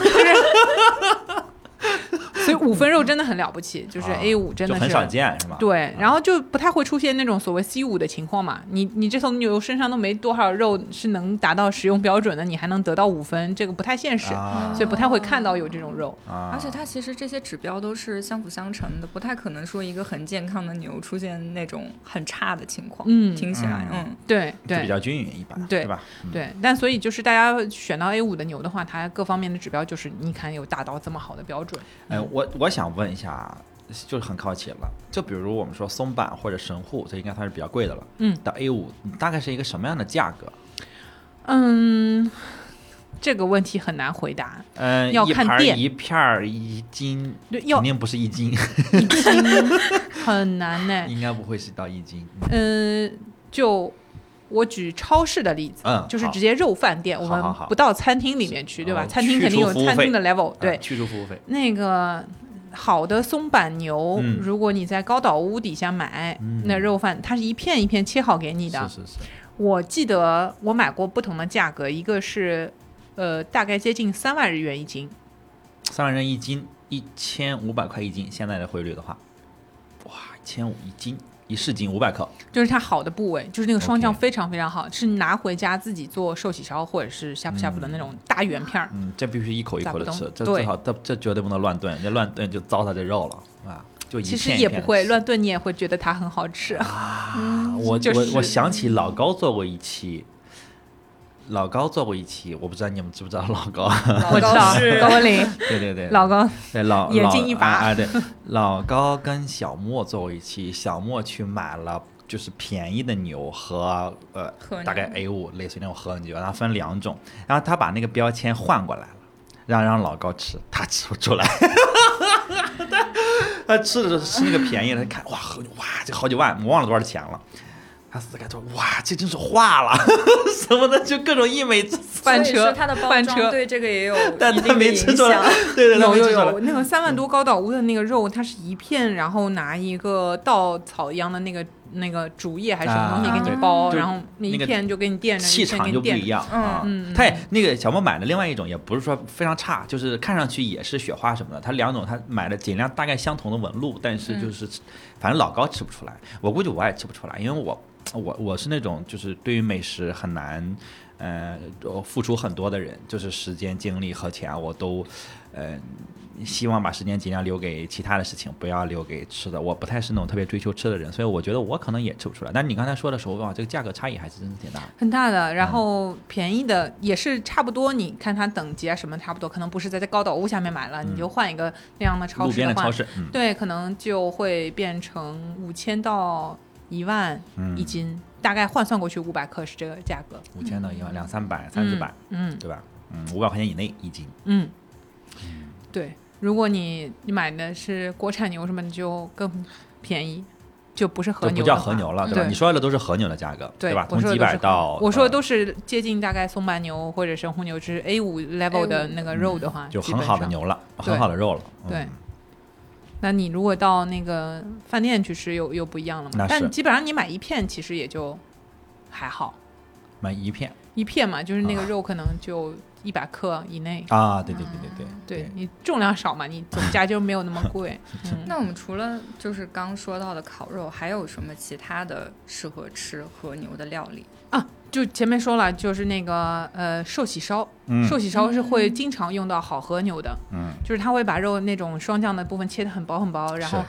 Speaker 2: 所以五分肉真的很了不起，就是
Speaker 1: 啊
Speaker 2: A 五真
Speaker 1: 就
Speaker 2: 的是
Speaker 1: 很少见，是吧？
Speaker 2: 对，然后就不太会出现那种所谓 C 五的情况嘛。你你这头牛身上都没多少肉是能达到食用标准的，你还能得到五分，这个不太现实，
Speaker 1: 啊
Speaker 2: 所以不太会看到有这种肉。
Speaker 1: 啊，
Speaker 4: 而且它其实这些指标都是相辅相成的，不太可能说一个很健康的牛出现那种很差的情况。
Speaker 2: 嗯
Speaker 4: 听起来，嗯，
Speaker 2: 对
Speaker 1: 就比
Speaker 2: 对
Speaker 1: 较均匀一般，
Speaker 2: 对
Speaker 1: 吧？嗯
Speaker 2: 对，但所以就是大家选到 A 五的牛的话，它各方面的指标就是你看有达到这么好的标准。
Speaker 1: 哎，我我想问一下，就是很好奇了，就比如我们说松板或者神户，这应该算是比较贵的了。
Speaker 2: 嗯，
Speaker 1: 到 A 五大概是一个什么样的价格？
Speaker 2: 嗯，这个问题很难回答。
Speaker 1: 嗯，
Speaker 2: 要
Speaker 1: 一
Speaker 2: 看
Speaker 1: 盘儿
Speaker 2: 店
Speaker 1: 一片儿一斤，
Speaker 2: 对要
Speaker 1: 肯定不是一斤，
Speaker 2: 一斤很难呢、
Speaker 1: 应该不会是到一斤。
Speaker 2: 嗯，就我举超市的例子，
Speaker 1: 嗯
Speaker 2: 就是
Speaker 1: 好
Speaker 2: 直接肉饭店，
Speaker 1: 好
Speaker 2: 我
Speaker 1: 好
Speaker 2: 们
Speaker 1: 好
Speaker 2: 不到餐厅里面去，对吧？
Speaker 1: 嗯
Speaker 2: 餐厅肯定有
Speaker 1: 去除服务
Speaker 2: 餐厅的 level，对，
Speaker 1: 啊去除服务费。
Speaker 2: 那个。好的松板牛，
Speaker 1: 嗯
Speaker 2: 如果你在高岛屋底下买，
Speaker 1: 嗯
Speaker 2: 那肉饭它是一片一片切好给你的。
Speaker 1: 是是是，
Speaker 2: 我记得我买过不同的价格，一个是，呃，大概接近三万日元一斤，
Speaker 1: 三万人一斤，一千五百块一斤，现在的汇率的话，哇，一千五一斤，一市斤五百克，
Speaker 2: 就是它好的部位，就是那个霜降
Speaker 1: OK
Speaker 2: 非常非常好是拿回家自己做寿喜烧或者是呷哺呷哺的那种大圆片儿。
Speaker 1: 嗯，这必须一口一口的
Speaker 2: 咋不
Speaker 1: 吃
Speaker 2: 懂，
Speaker 1: 这
Speaker 2: 对
Speaker 1: 最好，这这绝对不能乱炖，这乱炖就糟蹋这肉了啊！就一
Speaker 2: 其
Speaker 1: 片
Speaker 2: 实
Speaker 1: 一
Speaker 2: 也
Speaker 1: 片地
Speaker 2: 不会
Speaker 1: 吃
Speaker 2: 乱炖，你也会觉得它很好 吃。
Speaker 1: 啊！我
Speaker 2: 就
Speaker 1: 我我
Speaker 2: 是
Speaker 1: 想起老高做过一期，老高做过一期，我不知道你们知不知道老高？
Speaker 2: 我知道
Speaker 4: 是
Speaker 2: 高文林、
Speaker 1: 对对对，
Speaker 2: 老高，
Speaker 1: 对老
Speaker 2: 眼
Speaker 1: 老
Speaker 2: 睛一拔
Speaker 1: 啊啊！ 对，老高跟小莫做过一期，小莫去买了。就是便宜的牛和呃
Speaker 4: 和，
Speaker 1: 大概
Speaker 4: 牛
Speaker 1: A 五类似于那种和牛，然后分两种，然后他把那个标签换过来了，让让老高吃，他吃不出来， 他他吃的是吃那个便宜的，他看哇和牛哇这好几万，我忘了多少钱了，他撕开说哇这真是化了 什么的，就各种溢美之词，
Speaker 2: 翻
Speaker 4: 所以说
Speaker 2: 车，
Speaker 4: 它的包
Speaker 2: 翻
Speaker 4: 装
Speaker 2: 车。
Speaker 4: 对这 个也有
Speaker 1: 但
Speaker 4: 一
Speaker 1: 他
Speaker 4: 定的
Speaker 1: 没吃
Speaker 4: 影
Speaker 1: 出来
Speaker 4: 响。，
Speaker 1: 对对，他
Speaker 2: 有
Speaker 1: 没
Speaker 2: 有
Speaker 1: 吃出来
Speaker 2: 有，那个三万多高岛屋的那个肉，它是一片，然后拿一个稻草一样的那个那个竹叶还是什么东
Speaker 1: 啊
Speaker 2: 西给
Speaker 4: 对
Speaker 2: 你包，
Speaker 1: 就
Speaker 2: 然后那一
Speaker 1: 那个
Speaker 2: 片就给你垫着，
Speaker 1: 气
Speaker 2: 一片
Speaker 1: 场
Speaker 2: 给
Speaker 1: 就
Speaker 2: 你
Speaker 1: 不
Speaker 2: 垫
Speaker 1: 一
Speaker 2: 着。
Speaker 1: 样啊。
Speaker 2: 嗯嗯
Speaker 1: 它也那个小莫买的另外一种也不是说非常差，就是看上去也是雪花什么的。它两种他买的尽量大概相同的纹路，但是就是、
Speaker 2: 嗯
Speaker 1: 反正老高吃不出来，我估计我也吃不出来，因为我我我是那种就是对于美食很难。呃，我付出很多的人，就是时间、精力和钱，我都，呃，希望把时间尽量留给其他的事情，不要留给吃的。我不太是那种特别追求吃的人，所以我觉得我可能也吃不出来。但你刚才说的时候，哇，这个价格差异还是真的挺大的。
Speaker 2: 很大
Speaker 1: 嗯
Speaker 2: 的，然后便宜的也是差不多，你看它等级啊什么差不多，可能不是在这高岛屋下面买了，你就换一个那样的超
Speaker 1: 嗯路
Speaker 2: 市
Speaker 1: 边的
Speaker 2: 话，
Speaker 1: 超市，嗯，
Speaker 2: 对，可能就会变成五千到一万
Speaker 1: 嗯
Speaker 2: 一斤，大概换算过去五百克是这个价格，
Speaker 1: 五千到一万，两三百、三四百，
Speaker 2: 嗯
Speaker 1: 对吧？嗯，五百块钱以内一斤。
Speaker 2: 嗯，对。如果你你买的是国产牛什么，你就更便宜，就不是和
Speaker 1: 就
Speaker 2: 牛
Speaker 1: 不
Speaker 2: 的
Speaker 1: 叫
Speaker 2: 话
Speaker 1: 和牛了，对吧？
Speaker 2: 对
Speaker 1: 你说的都是和牛的价格，
Speaker 2: 对
Speaker 1: 吧？
Speaker 2: 我
Speaker 1: 从
Speaker 2: 说的
Speaker 1: 几
Speaker 2: 都是
Speaker 1: 百到
Speaker 2: 我说的
Speaker 1: 呃
Speaker 2: 都是接近大概松板牛或者神户牛，就是 A 五 level 的那个肉的话，
Speaker 1: 嗯就
Speaker 2: 基
Speaker 1: 很
Speaker 2: 本
Speaker 1: 好的
Speaker 2: 上。
Speaker 1: 牛了，
Speaker 2: 对
Speaker 1: 很好的肉了。嗯
Speaker 2: 对，那你如果到那个饭店去吃又，又不一样了嘛
Speaker 1: 那。是
Speaker 2: 但基本上你买一片，其实也就还好，
Speaker 1: 买一片
Speaker 2: 一片嘛，就是那个肉可能就一百克以内。
Speaker 1: 啊，对对对对对
Speaker 2: 对，你重量少嘛，你总价就没有那么 贵。嗯，
Speaker 4: 那我们除了就是刚说到的烤肉，还有什么其他的适合吃和牛的料理？
Speaker 2: 啊，就前面说了，就是那个呃寿喜烧，
Speaker 1: 嗯
Speaker 2: 寿喜烧是会经常用到好和牛的，
Speaker 1: 嗯，
Speaker 2: 就是它会把肉那种霜降的部分切得很薄很薄，然后
Speaker 1: 是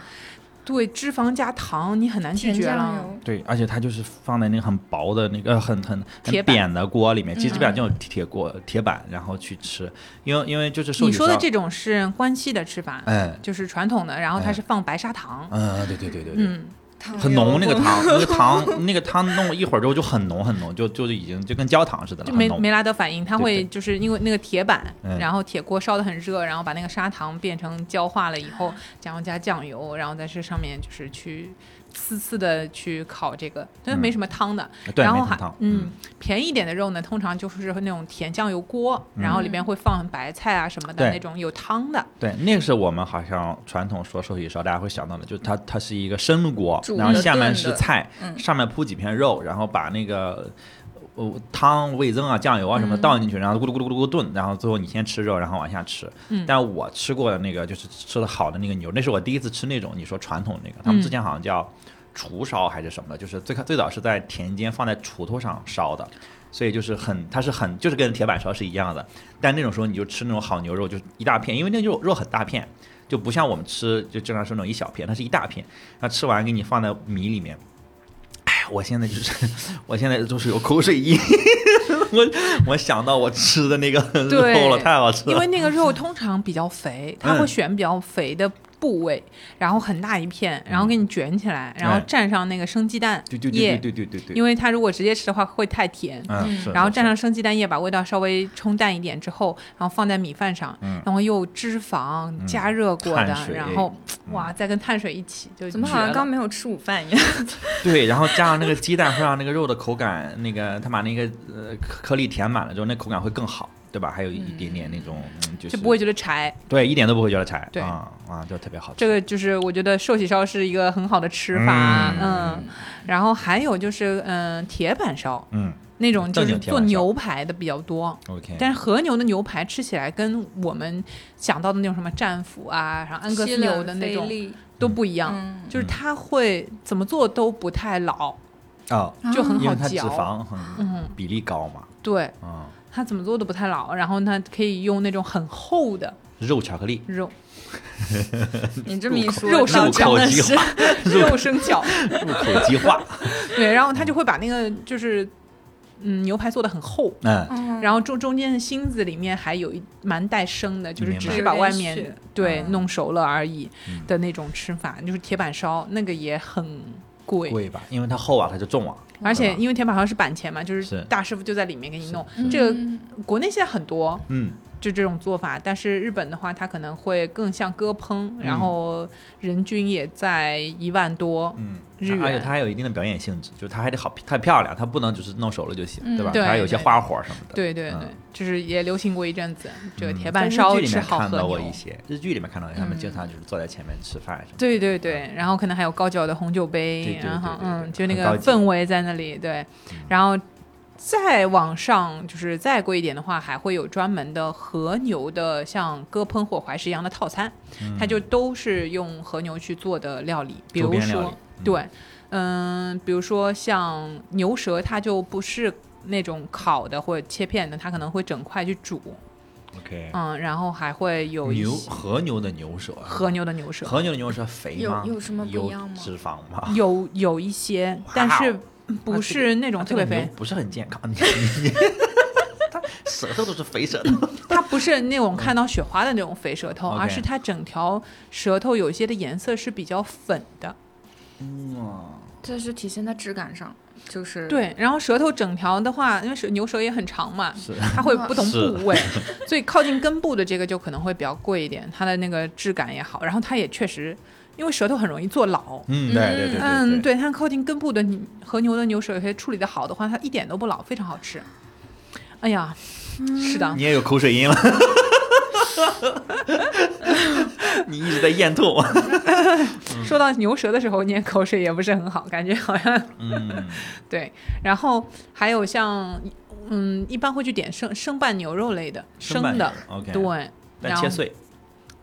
Speaker 2: 对脂肪加糖，你很难拒
Speaker 4: 甜
Speaker 2: 绝
Speaker 4: 酱
Speaker 2: 了。
Speaker 4: 油，
Speaker 1: 对，而且它就是放在那个很薄的那个呃很很
Speaker 2: 铁
Speaker 1: 很
Speaker 2: 板嗯
Speaker 1: 扁的锅里面，其实基本上就是铁锅铁板，然后去吃，因为因为就是寿
Speaker 2: 你
Speaker 1: 喜烧
Speaker 2: 说的，这种是关西的吃法，
Speaker 1: 哎，
Speaker 2: 就是传统的，然后它是放白砂糖，
Speaker 1: 嗯，对对对对对，
Speaker 2: 嗯，
Speaker 4: 汤
Speaker 1: 很
Speaker 4: 油
Speaker 1: 浓那个
Speaker 4: 或
Speaker 1: 汤，那个糖那个汤弄了一会儿之后就很浓很浓，就就是已经就跟焦糖似的了，
Speaker 2: 就
Speaker 1: 很
Speaker 2: 梅
Speaker 1: 浓。
Speaker 2: 梅拉德反应，它
Speaker 1: 对
Speaker 2: 会
Speaker 1: 对
Speaker 2: 就是因为那个铁板，
Speaker 1: 嗯
Speaker 2: 然后铁锅烧得很热，然后把那个砂糖变成焦化了以后，然后加酱油，然后在这上面就是去呲呲的去烤这个，真
Speaker 1: 嗯
Speaker 2: 的没什么汤的。
Speaker 1: 对，
Speaker 2: 然
Speaker 1: 没
Speaker 2: 后
Speaker 1: 什么
Speaker 2: 还
Speaker 1: 糖，
Speaker 2: 嗯，便宜一点的肉呢，通常就是那种甜酱油锅，然后里边会放白菜啊什么的
Speaker 1: 嗯对
Speaker 2: 那种有汤的。
Speaker 1: 对，那个是我们好像传统说寿喜烧，大家会想到的，就是它它是一个深锅
Speaker 4: 煮，
Speaker 1: 然后
Speaker 4: 的
Speaker 1: 下面
Speaker 4: 炖
Speaker 1: 是
Speaker 4: 的
Speaker 1: 菜，
Speaker 4: 嗯
Speaker 1: 上面铺几片肉，然后把那个。呃，汤、味增啊、酱油啊什么倒进去，然后咕噜咕噜咕噜咕噜炖，然后最后你先吃肉，然后往下吃。
Speaker 2: 嗯
Speaker 1: 但我吃过的那个就是吃的好的那个牛，那是我第一次吃那种你说传统那个，他们之前好像叫厨烧还是什么的，就是最开最早是在田间放在锄头上烧的，所以就是很它是很就是跟铁板烧是一样的，但那种时候你就吃那种好牛肉，就是一大片，因为那肉肉很大片，就不像我们吃就正常吃那种一小片，它是一大片，那吃完给你放在米里面。哎，我现在就是 我现在就是有口水音， 我我想到我吃的那个
Speaker 2: 对
Speaker 1: 肉了，太好吃
Speaker 2: 因
Speaker 1: 了
Speaker 2: 为。那个肉通常比较肥，它
Speaker 1: 嗯
Speaker 2: 会选比较肥的部位，然后很大一片，然后给你卷起来，然后
Speaker 1: 哎
Speaker 2: 蘸上那个生鸡蛋
Speaker 1: 嗯对对
Speaker 2: 液
Speaker 1: 对对，对对对对，
Speaker 2: 因
Speaker 1: 为
Speaker 2: 为它如果直接吃的话会太甜。
Speaker 1: 嗯，是
Speaker 2: 然后
Speaker 1: 是
Speaker 2: 蘸上生鸡蛋液，把味道稍微冲淡一点之后，然后放在米饭上，
Speaker 1: 嗯
Speaker 2: 然后又脂肪加热过的
Speaker 1: 碳，水嗯
Speaker 2: 然后哇，再跟碳水一起，就
Speaker 4: 怎么好像
Speaker 2: 绝
Speaker 4: 刚
Speaker 2: 了
Speaker 4: 没有吃午饭一样？
Speaker 1: 对，然后加上那个鸡蛋，会让那个肉的口感，那个它把那个呃颗颗粒填满了之后，那口感会更好，对吧？还有一点点那种，嗯、就是
Speaker 2: 就不会觉得柴。
Speaker 1: 对，一点都不会觉得柴，
Speaker 2: 对
Speaker 1: 啊啊，就特别好吃。
Speaker 2: 这个就是我觉得寿喜烧是一个很好的吃法，嗯
Speaker 1: 嗯
Speaker 2: 然后还有就是嗯、铁板烧
Speaker 1: 嗯
Speaker 2: 那种就
Speaker 1: 正
Speaker 2: 是
Speaker 1: 经铁
Speaker 2: 做
Speaker 1: 板烧
Speaker 2: 牛排的比较多，
Speaker 1: ，OK，
Speaker 2: 但是和牛的牛排吃起来跟我们想到的那种什么战斧啊，然后安格斯牛的那种都不一样，
Speaker 4: 嗯
Speaker 2: 就是它会怎么做都不太老，
Speaker 1: 哦，
Speaker 2: 就很
Speaker 1: 因
Speaker 2: 好
Speaker 1: 为它脂
Speaker 2: 嚼。
Speaker 1: 肪很
Speaker 2: 嗯，
Speaker 1: 比例高嘛，
Speaker 2: 对，
Speaker 1: 啊、
Speaker 2: 它怎么做都不太老，然后它可以用那种很厚的
Speaker 1: 肉巧克力，
Speaker 2: 肉
Speaker 4: 你这么一说，
Speaker 2: 肉
Speaker 4: 上
Speaker 2: 上
Speaker 1: 入口
Speaker 2: 真的
Speaker 1: 即
Speaker 2: 是
Speaker 1: 化，
Speaker 2: 肉生巧，
Speaker 1: 入口即化，
Speaker 2: 对，然后它就会把那个就是嗯牛排做的很厚，
Speaker 1: 嗯，
Speaker 2: 然后中中间的芯子里面还有一蛮带生的，就是
Speaker 1: 明白
Speaker 2: 只是把外面
Speaker 4: 有点血
Speaker 2: 对、
Speaker 4: 嗯
Speaker 2: 弄熟了而已
Speaker 1: 嗯
Speaker 2: 的那种吃法，就是铁板烧那个也很贵，
Speaker 1: 贵吧，因为它厚啊，它就重啊，
Speaker 2: 而且
Speaker 1: 对吧
Speaker 2: 因为铁板烧是板前嘛，就是
Speaker 1: 是
Speaker 2: 大师傅就在里面给你弄
Speaker 4: 嗯，
Speaker 2: 这个国内现在很多，
Speaker 1: 嗯，
Speaker 2: 就这种做法。但是日本的话，它可能会更像割烹，然后人均也在一万多
Speaker 1: 嗯，
Speaker 2: 日元。
Speaker 1: 而且它还有一定的表演性质，就是它还得好太漂亮，它不能只是弄熟了就行，
Speaker 4: 嗯
Speaker 1: 对吧？
Speaker 2: 对
Speaker 1: 它还有一些
Speaker 2: 对
Speaker 1: 花活什么的。
Speaker 2: 对对对，
Speaker 1: 嗯
Speaker 2: 就是也流行过一阵子，这个
Speaker 1: 嗯
Speaker 2: 铁
Speaker 1: 在
Speaker 2: 板
Speaker 1: 日
Speaker 2: 烧
Speaker 1: 剧里
Speaker 2: 吃
Speaker 1: 面
Speaker 2: 好
Speaker 1: 看
Speaker 2: 和
Speaker 1: 到过
Speaker 2: 牛
Speaker 1: 一。些日剧里面看到他们经常就是坐在前面吃饭什么的。
Speaker 2: 对对对，然后可能还有高脚的红酒杯，
Speaker 1: 对对对
Speaker 2: 然后
Speaker 1: 对对
Speaker 2: 嗯，就
Speaker 1: 很
Speaker 2: 那
Speaker 1: 高
Speaker 2: 个
Speaker 1: 级嗯
Speaker 2: 氛围在那里，对。然后再往上，就是再贵一点的话，还会有专门的和牛的，像鸽烹或怀石羊的套餐，它就都是用和牛去做的料理，比
Speaker 1: 嗯周
Speaker 2: 如
Speaker 1: 边料理嗯
Speaker 2: 说，对，嗯，比如说像牛舌，它就不是那种烤的或者切片的，它可能会整块去煮，
Speaker 1: ，OK，
Speaker 2: 嗯，然后还会有一
Speaker 1: 牛
Speaker 2: 些
Speaker 1: 和牛的牛舌，
Speaker 2: 和牛的牛舌，
Speaker 1: 和牛的牛舌肥
Speaker 4: 有
Speaker 1: 吗？
Speaker 4: 有什么不
Speaker 1: 有
Speaker 4: 一样吗
Speaker 1: 脂肪吗？
Speaker 2: 有有一些，
Speaker 1: 啊哇
Speaker 2: 但是
Speaker 1: 哦
Speaker 2: 不是那种
Speaker 1: 它
Speaker 2: 特
Speaker 1: 这
Speaker 2: 别
Speaker 1: 个
Speaker 2: 肥
Speaker 1: 牛，不是很健康，你 你它舌头都是肥舌头。
Speaker 2: 它不是那种看到雪花的那种肥舌头，
Speaker 1: OK
Speaker 2: 而是它整条舌头有一些的颜色是比较粉的。
Speaker 1: 嗯，
Speaker 4: 这是体现在质感上，就是
Speaker 2: 对，然后舌头整条的话，因为舌牛舌也很长嘛，
Speaker 1: 是
Speaker 2: 它会有不同
Speaker 1: 是
Speaker 2: 部位， 所以靠近根部的这个就可能会比较贵一点，它的那个质感也好，然后它也确实，因为舌头很容易做老。
Speaker 1: 嗯，对对对
Speaker 2: 嗯，
Speaker 1: 对对，
Speaker 2: 对，它靠近根部的牛和牛的牛舌，有些处理的好的话，它一点都不老，非常好吃。哎呀，是的，
Speaker 1: 你也有口水音了。 你一直在咽吐，
Speaker 2: 说到牛舌的时候，你也口水也不是很好，感觉好像
Speaker 1: 嗯，
Speaker 2: 对，然后还有像，嗯，一般会去点生生拌牛肉类的，生
Speaker 1: 拌
Speaker 2: 的，
Speaker 1: 牛，OK，
Speaker 2: 对，
Speaker 1: 但
Speaker 2: 然后
Speaker 1: 切碎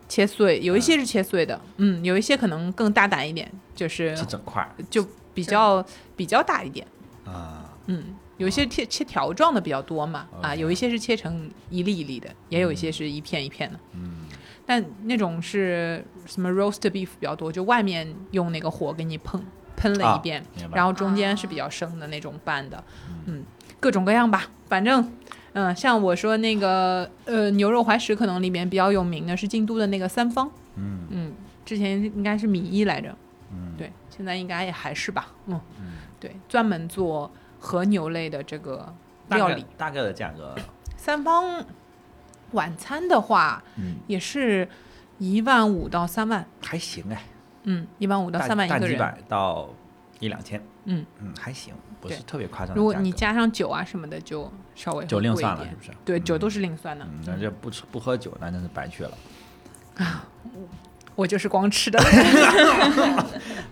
Speaker 2: 切碎，有一些是切碎的，嗯，有一些可能更大胆一点，就是
Speaker 1: 是整块儿
Speaker 2: 就比较比较大一点，
Speaker 1: 啊，
Speaker 2: 嗯，有一些切切条状的比较多嘛，啊，
Speaker 1: OK
Speaker 2: 有一些是切成一粒一粒的，也有一些是一片一片的，
Speaker 1: 嗯，
Speaker 2: 但那种是什么 roast beef 比较多，就外面用那个火给你喷喷了
Speaker 1: 啊
Speaker 2: 一遍，
Speaker 1: 明白
Speaker 2: 然后中间是比较生的那种拌的，嗯，各种各样吧，反正，嗯、像我说那个呃牛肉怀石，可能里面比较有名的是京都的那个三方，
Speaker 1: 嗯
Speaker 2: 嗯，之前应该是米一来着，
Speaker 1: 嗯，
Speaker 2: 对，现在应该也还是吧，嗯，对，专门做和牛类的这个
Speaker 1: 大
Speaker 2: 料
Speaker 1: 概
Speaker 2: 理，
Speaker 1: 大概的价格，
Speaker 2: 三方晚餐的话
Speaker 1: 嗯，
Speaker 2: 也是一万五到三万。
Speaker 1: 还行哎，
Speaker 2: 嗯，一万五到
Speaker 1: 大
Speaker 2: 三万
Speaker 1: 大
Speaker 2: 一个
Speaker 1: 几
Speaker 2: 人。
Speaker 1: 百到一两千，
Speaker 2: 嗯
Speaker 1: 嗯，还行，不
Speaker 2: 对
Speaker 1: 是特别夸张的价格。
Speaker 2: 如果你加上酒啊什么的，就稍微会
Speaker 1: 酒另
Speaker 2: 贵一
Speaker 1: 算了，
Speaker 2: 点
Speaker 1: 是不是？
Speaker 2: 对，酒都
Speaker 1: 是。
Speaker 2: 是另算的。
Speaker 1: 嗯，那这不吃不喝酒，那真是白去了。
Speaker 2: 我就是光吃的。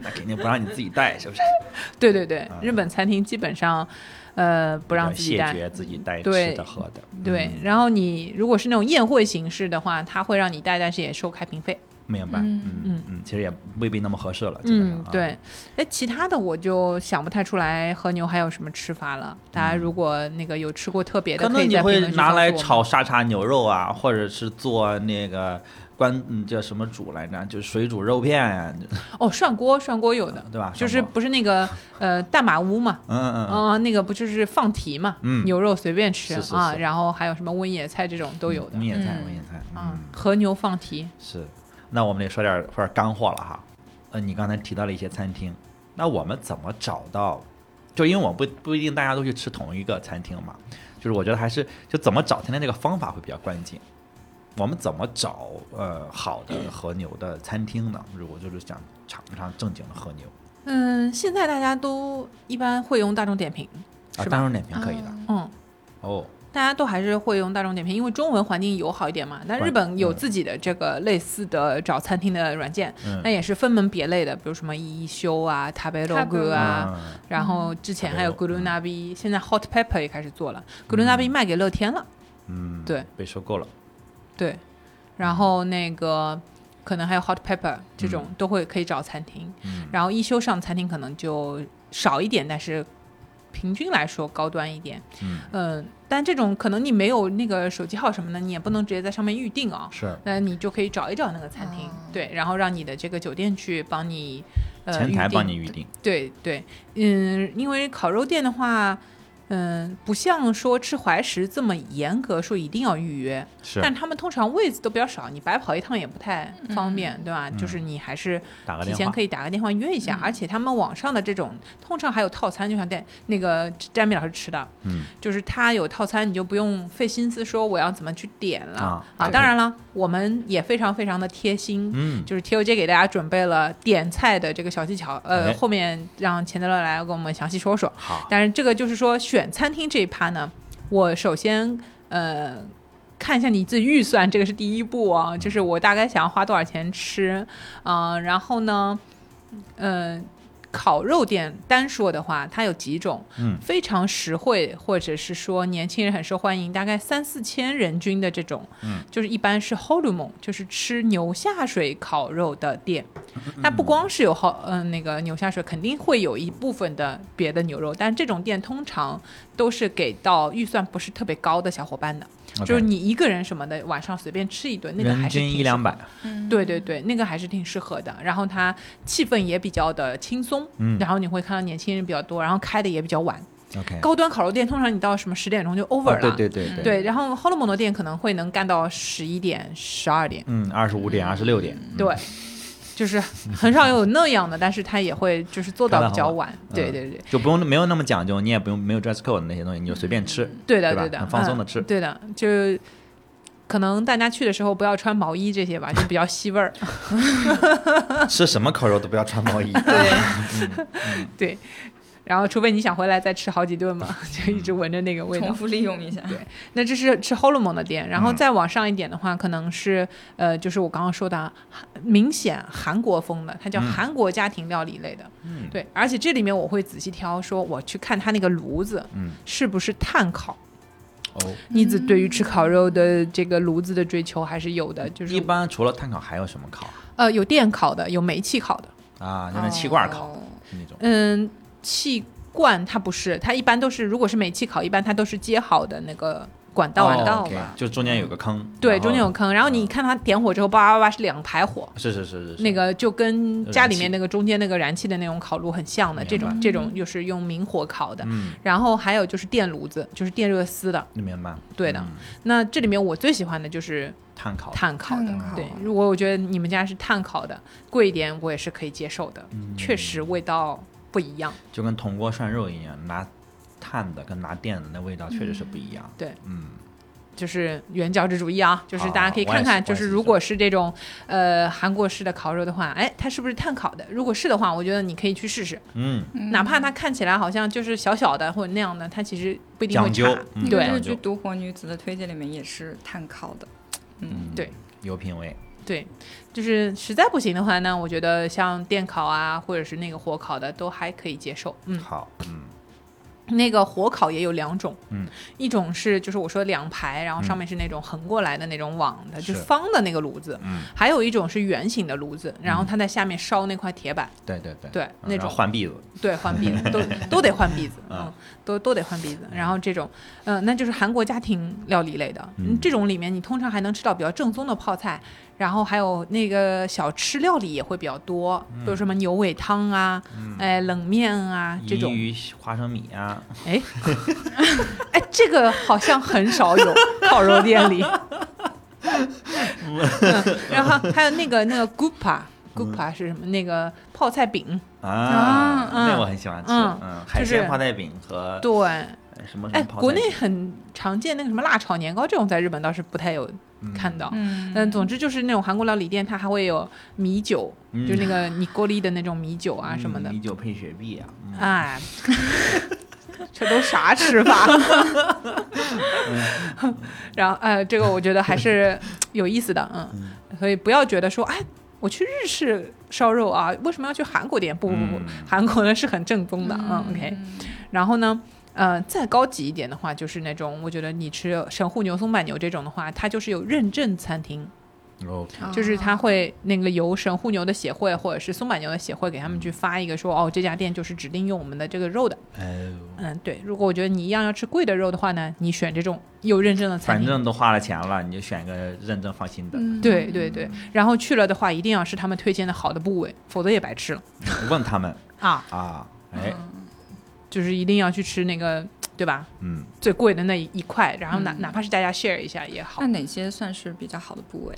Speaker 1: 那肯定不让你自己带，是不是？
Speaker 2: 对对对
Speaker 1: 啊，
Speaker 2: 日本餐厅基本上，呃， 不让
Speaker 1: 要
Speaker 2: 自己
Speaker 1: 谢
Speaker 2: 带。
Speaker 1: 绝自己带
Speaker 2: 对
Speaker 1: 吃的喝的。
Speaker 2: 对
Speaker 1: 嗯，，
Speaker 2: 然后你如果是那种宴会形式的话，他会让你带，但是也收开瓶费。
Speaker 1: 明白。
Speaker 4: 嗯
Speaker 1: 嗯
Speaker 2: 嗯
Speaker 1: 嗯，其实也未必那么合适了。基本上
Speaker 2: 嗯
Speaker 1: 啊，
Speaker 2: 对。哎，其他的我就想不太出来和牛还有什么吃法了。大家如果那个有吃过特别
Speaker 1: 嗯
Speaker 2: 的，
Speaker 1: 可
Speaker 2: 可
Speaker 1: 能
Speaker 2: 以
Speaker 1: 你
Speaker 2: 在评
Speaker 1: 会
Speaker 2: 论区
Speaker 1: 拿
Speaker 2: 告
Speaker 1: 来
Speaker 2: 诉我
Speaker 1: 炒
Speaker 2: 们。
Speaker 1: 沙茶牛肉啊，或者是做那个关嗯叫什么煮来着？就是水煮肉片呀，
Speaker 2: 哦，涮锅，涮锅有的，
Speaker 1: 对吧？
Speaker 2: 就是
Speaker 1: 上嗯锅
Speaker 2: 不是 那个呃大马屋嘛，
Speaker 1: 嗯嗯嗯，
Speaker 2: 啊、那个不就是放题嘛，
Speaker 1: 嗯
Speaker 2: 牛肉随便吃
Speaker 1: 是是
Speaker 2: 啊，
Speaker 1: 是
Speaker 2: 然后还有什么温野菜这种都有的、
Speaker 1: 温野菜，
Speaker 4: 嗯
Speaker 1: 温野菜，
Speaker 2: 啊
Speaker 1: 嗯，，
Speaker 2: 和牛放题，
Speaker 1: 是。那我们得说点说点干货了哈。呃，你刚才提到了一些餐厅，那我们怎么找到？就因为我不不一定大家都去吃同一个餐厅嘛，就是我觉得还是就怎么找餐厅这个方法会比较关键。我们怎么找呃好的和牛的餐厅呢？如果就是想尝一尝正经的和牛
Speaker 2: 嗯，现在大家都一般会用大众点评，
Speaker 1: 啊，
Speaker 2: 是
Speaker 1: 当
Speaker 2: 吧？
Speaker 1: 然点评可以的
Speaker 4: 嗯
Speaker 2: 嗯，
Speaker 1: 哦。
Speaker 2: 大家都还是会用大众点评，因为中文环境友好一点嘛。但
Speaker 1: 对
Speaker 2: 日本有
Speaker 1: 嗯
Speaker 2: 自己的这个类似的找餐厅的软件，
Speaker 1: 嗯
Speaker 2: 那也是分门别类的，比如什么一休啊、塔贝罗哥啊，
Speaker 1: 嗯
Speaker 2: 然后之前还有 g u
Speaker 1: 嗯
Speaker 2: l u n a b i 现在 Hot Pepper 也开始做了 g u l u n a b i 卖给乐天了，
Speaker 1: 嗯，
Speaker 2: 对，
Speaker 1: 被收购了。
Speaker 2: 对，然后那个可能还有 hot pepper 这种、都会可以找餐厅，
Speaker 1: 嗯
Speaker 2: 然后一休上餐厅可能就少一点，但是平均来说高端一点。
Speaker 1: 嗯
Speaker 2: 嗯但这种可能你没有那个手机号什么的，你也不能直接在上面预定啊、
Speaker 1: 是
Speaker 2: 那你就可以找一找那个餐厅，
Speaker 4: 哦
Speaker 2: 对，然后让你的这个酒店去帮你，呃，
Speaker 1: 前台
Speaker 2: 预定
Speaker 1: 帮你预定，
Speaker 2: 对对，嗯，因为烤肉店的话，嗯，不像说吃怀石这么严格，说一定要预约，
Speaker 1: 是
Speaker 2: 但他们通常位子都比较少，你白跑一趟也不太方便，对
Speaker 1: 嗯
Speaker 2: 吧？就是你还是
Speaker 1: 打个
Speaker 2: 提
Speaker 1: 电
Speaker 2: 前
Speaker 1: 话嗯
Speaker 2: 可。以打个电话约一下，而且他们网上的这种通常还有套餐，就像带那个詹米老师吃的，
Speaker 1: 嗯，
Speaker 2: 就是他有套餐，你就不用费心思说我要怎么去点了
Speaker 1: 啊对
Speaker 2: 当然了，我们也非常非常的贴心，
Speaker 1: 嗯，
Speaker 2: 就是 TOJ 给大家准备了点菜的这个小技巧，呃，
Speaker 1: 哎
Speaker 2: 后面让钱德勒来跟我们详细说说。
Speaker 1: 好，
Speaker 2: 但是这个就是说选餐厅这一趴呢，我首先呃看一下你自己预算，这个是第一步啊，就是我大概想要花多少钱吃，嗯、然后呢，嗯、烤肉店单说的话，它有几种，
Speaker 1: 嗯
Speaker 2: 非常实惠，或者是说年轻人很受欢迎，大概三四千人均的这种，
Speaker 1: 嗯，
Speaker 2: 就是一般是 h o l u m o n 就是吃牛下水烤肉的店，它不光是有好，嗯、那个牛下水，肯定会有一部分的别的牛肉，但这种店通常都是给到预算不是特别高的小伙伴的，就是
Speaker 1: OK
Speaker 2: 你一个人什么的，晚上随便吃一顿，那个还
Speaker 1: 人
Speaker 2: 是挺
Speaker 1: 均
Speaker 2: 适
Speaker 1: 一两
Speaker 2: 合
Speaker 1: 百，
Speaker 4: 嗯，
Speaker 2: 对对对，那个还是挺适合的。然后它气氛也比较的轻松，
Speaker 1: 嗯
Speaker 2: 然后你会看到年轻人比较多，然后开的也比较晚。
Speaker 1: ，OK，
Speaker 2: 高端烤肉店通常你到什么十点钟就 over
Speaker 1: 哦
Speaker 2: 了，啊嗯
Speaker 1: 对对对
Speaker 2: 对然后 h o l o m o 的店可能会能干到十一点、十二点，
Speaker 1: 嗯，二十五点、二十六点，嗯
Speaker 2: 对，就是很少有那样的，但是它也会就是做
Speaker 1: 开
Speaker 2: 到
Speaker 1: 得
Speaker 2: 比
Speaker 1: 很嗯
Speaker 2: 较
Speaker 1: 晚
Speaker 2: 晚。对对对，
Speaker 1: 就不用没有那么讲究，你也不用没有 dress code 那些东西，你就随便 吃。
Speaker 2: 对的，
Speaker 1: 对吧
Speaker 2: 的，
Speaker 1: 很放松地吃
Speaker 2: 嗯对的，就是可能大家去的时候不要穿毛衣这些吧，就比较吸 味儿。
Speaker 1: 吃什么烤肉都不要穿 毛衣。
Speaker 4: 对，
Speaker 2: 对，然后除非你想回来再吃好几顿嘛，就一直
Speaker 1: 嗯
Speaker 2: 闻着那个味道
Speaker 4: 重。复利用一下。
Speaker 2: 对那这是吃 h o l o m o n 的店，然后
Speaker 1: 嗯
Speaker 2: 再往上一点的话，可能是呃，就是我刚刚说的啊韩明显韩国风的，它叫
Speaker 1: 嗯
Speaker 2: 韩国家庭料理类的。
Speaker 1: 嗯
Speaker 2: 对，而且这里面我会仔细挑，说我去看它那个炉子
Speaker 1: 嗯，
Speaker 2: 是不是炭烤。
Speaker 1: 哦，
Speaker 2: 妮子对于吃烤肉的这个炉子的追求还是有的，呃就是
Speaker 1: 一般除了碳烤还有什么烤
Speaker 2: 呃有电烤的，有煤气烤的。
Speaker 1: 啊？就那气罐烤
Speaker 4: 哦，
Speaker 1: 那种。
Speaker 2: 嗯，气罐它不是，它一般都是如果是煤气烤，一般它都是接好的那个管道嘛。
Speaker 1: 哦
Speaker 4: 道
Speaker 1: OK，
Speaker 4: 吧
Speaker 1: 就中间有个坑。
Speaker 2: 对，
Speaker 1: 然后
Speaker 2: 中间有。坑，然后你看它点火之后，叭叭叭是两排火，
Speaker 1: 是是是是是。
Speaker 2: 那个就跟
Speaker 1: 燃
Speaker 2: 家里面
Speaker 1: 气
Speaker 2: 那个中间那个燃气的那种烤炉很像的，这种
Speaker 1: 明
Speaker 2: 这种就是用明火烤的。
Speaker 1: 嗯，
Speaker 2: 然后还有就是电炉子，就是电热丝的。
Speaker 1: 你明白。
Speaker 2: 对的
Speaker 1: 嗯，哦
Speaker 2: 那这里面我最喜欢的就是
Speaker 1: 碳烤。
Speaker 2: 炭烤的
Speaker 4: 炭烤，
Speaker 1: 啊
Speaker 2: 对。如果我觉得你们家是炭烤的，贵一点我也是可以接受的，确实味道不一样。
Speaker 1: 嗯就跟铜锅涮肉一样，拿碳的跟拿电的那味道确实是不一样。
Speaker 2: 对，
Speaker 1: 嗯，
Speaker 2: 就是原教旨主义啊，就是大家可以看
Speaker 1: 我也
Speaker 2: 看，
Speaker 1: 是
Speaker 2: 就是如果是这种呃韩国式的烤肉的话，哎，它是不是炭烤的？如果是的话，我觉得你可以去试试，
Speaker 1: 嗯，
Speaker 4: 嗯
Speaker 2: 哪怕它看起来好像就是小小的或者那样的，它其实不一定会
Speaker 1: 讲究
Speaker 2: 差。，
Speaker 1: 嗯
Speaker 2: 对啊
Speaker 4: 那个日
Speaker 1: 讲
Speaker 4: 剧
Speaker 1: 究
Speaker 4: 《独活女子》的推荐里面也是碳烤的，嗯，
Speaker 1: 嗯
Speaker 2: 对
Speaker 1: 有品位。
Speaker 2: 对，就是实在不行的话呢，我觉得像电烤啊，或者是那个火烤的都还可以接受。嗯，
Speaker 1: 好，嗯
Speaker 2: 那个火烤也有两种，
Speaker 1: 嗯，
Speaker 2: 一种是就是我说两排，然后上面是那种横过来的那种网的，
Speaker 1: 是
Speaker 2: 就是方的那个炉子，
Speaker 1: 嗯，
Speaker 2: 还有一种是圆形的炉子，然后它在下面烧那块铁板，
Speaker 1: 对对对，
Speaker 2: 对
Speaker 1: 嗯
Speaker 2: 那
Speaker 1: 然后
Speaker 2: 种
Speaker 1: 换篦子，
Speaker 2: 对，换 篦子都都得换篦子，嗯，都都得换篦子。然后这种，嗯、那就是韩国家庭料理类的，嗯
Speaker 1: 嗯
Speaker 2: 这种里面你通常还能吃到比较正宗的泡菜，然后还有那个小吃料理也会比较多，
Speaker 1: 嗯
Speaker 2: 比如什么牛尾汤啊，哎，冷面啊这
Speaker 1: 银
Speaker 2: 种，
Speaker 1: 鱼嗯花生米啊，
Speaker 2: 哎， 哎，这个好像很少有烤肉店里。嗯、然后还有那个那个 gupa，gupa 是什么？那个泡菜饼，
Speaker 1: 啊，
Speaker 2: 嗯
Speaker 1: 那我很喜欢吃，
Speaker 2: 嗯
Speaker 1: 嗯，海
Speaker 2: 就是
Speaker 1: 鲜泡菜饼和
Speaker 2: 对。
Speaker 1: 什么什嗯
Speaker 2: 哎，
Speaker 1: 么泡菜饼，
Speaker 2: 国内很常见那个什么辣炒年糕这种，在日本倒是不太有看到。
Speaker 4: 嗯
Speaker 2: 嗯，总之就是那种韩国料理店，它还会有米酒，
Speaker 1: 嗯
Speaker 2: 就那个你锅里的那种米酒啊什么的
Speaker 1: 嗯。米酒配雪碧啊，嗯
Speaker 2: 哎， 这都啥吃法？ 然后，呃，这个我觉得还是有意思的，嗯，所以不要觉得说，哎，我去日式烧肉啊，为什么要去韩国店？不不不，
Speaker 1: 嗯
Speaker 2: 韩国呢是很正宗的，嗯，OK。然后呢，呃，再高级一点的话，就是那种我觉得你吃神户牛松板牛这种的话，它就是有认证餐厅，嗯
Speaker 1: OK，
Speaker 4: 啊
Speaker 2: 就是他会那个由神户牛的协会或者是松板牛的协会给他们去发一个说，哦，这家店就是指定用我们的这个肉的。
Speaker 1: 哎呦，
Speaker 2: 嗯，对。如果我觉得你一样要吃贵的肉的话呢，你选这种有认证的餐
Speaker 1: 反
Speaker 2: 厅。嗯
Speaker 1: 正都花了钱了，你就选个认证放心的，
Speaker 4: 嗯
Speaker 2: 对对对，然后去了的话，一定要是他们推荐的好的部位，否则也白吃了
Speaker 1: 问他们
Speaker 2: 啊！
Speaker 4: 嗯
Speaker 1: 啊，哎，
Speaker 2: 就是一定要去吃那个对吧？
Speaker 1: 嗯，
Speaker 2: 最贵的那一块，然后哪、
Speaker 4: 嗯
Speaker 2: 哪怕是大家 share 一下也好
Speaker 4: 那。哪些算是比较好的部位？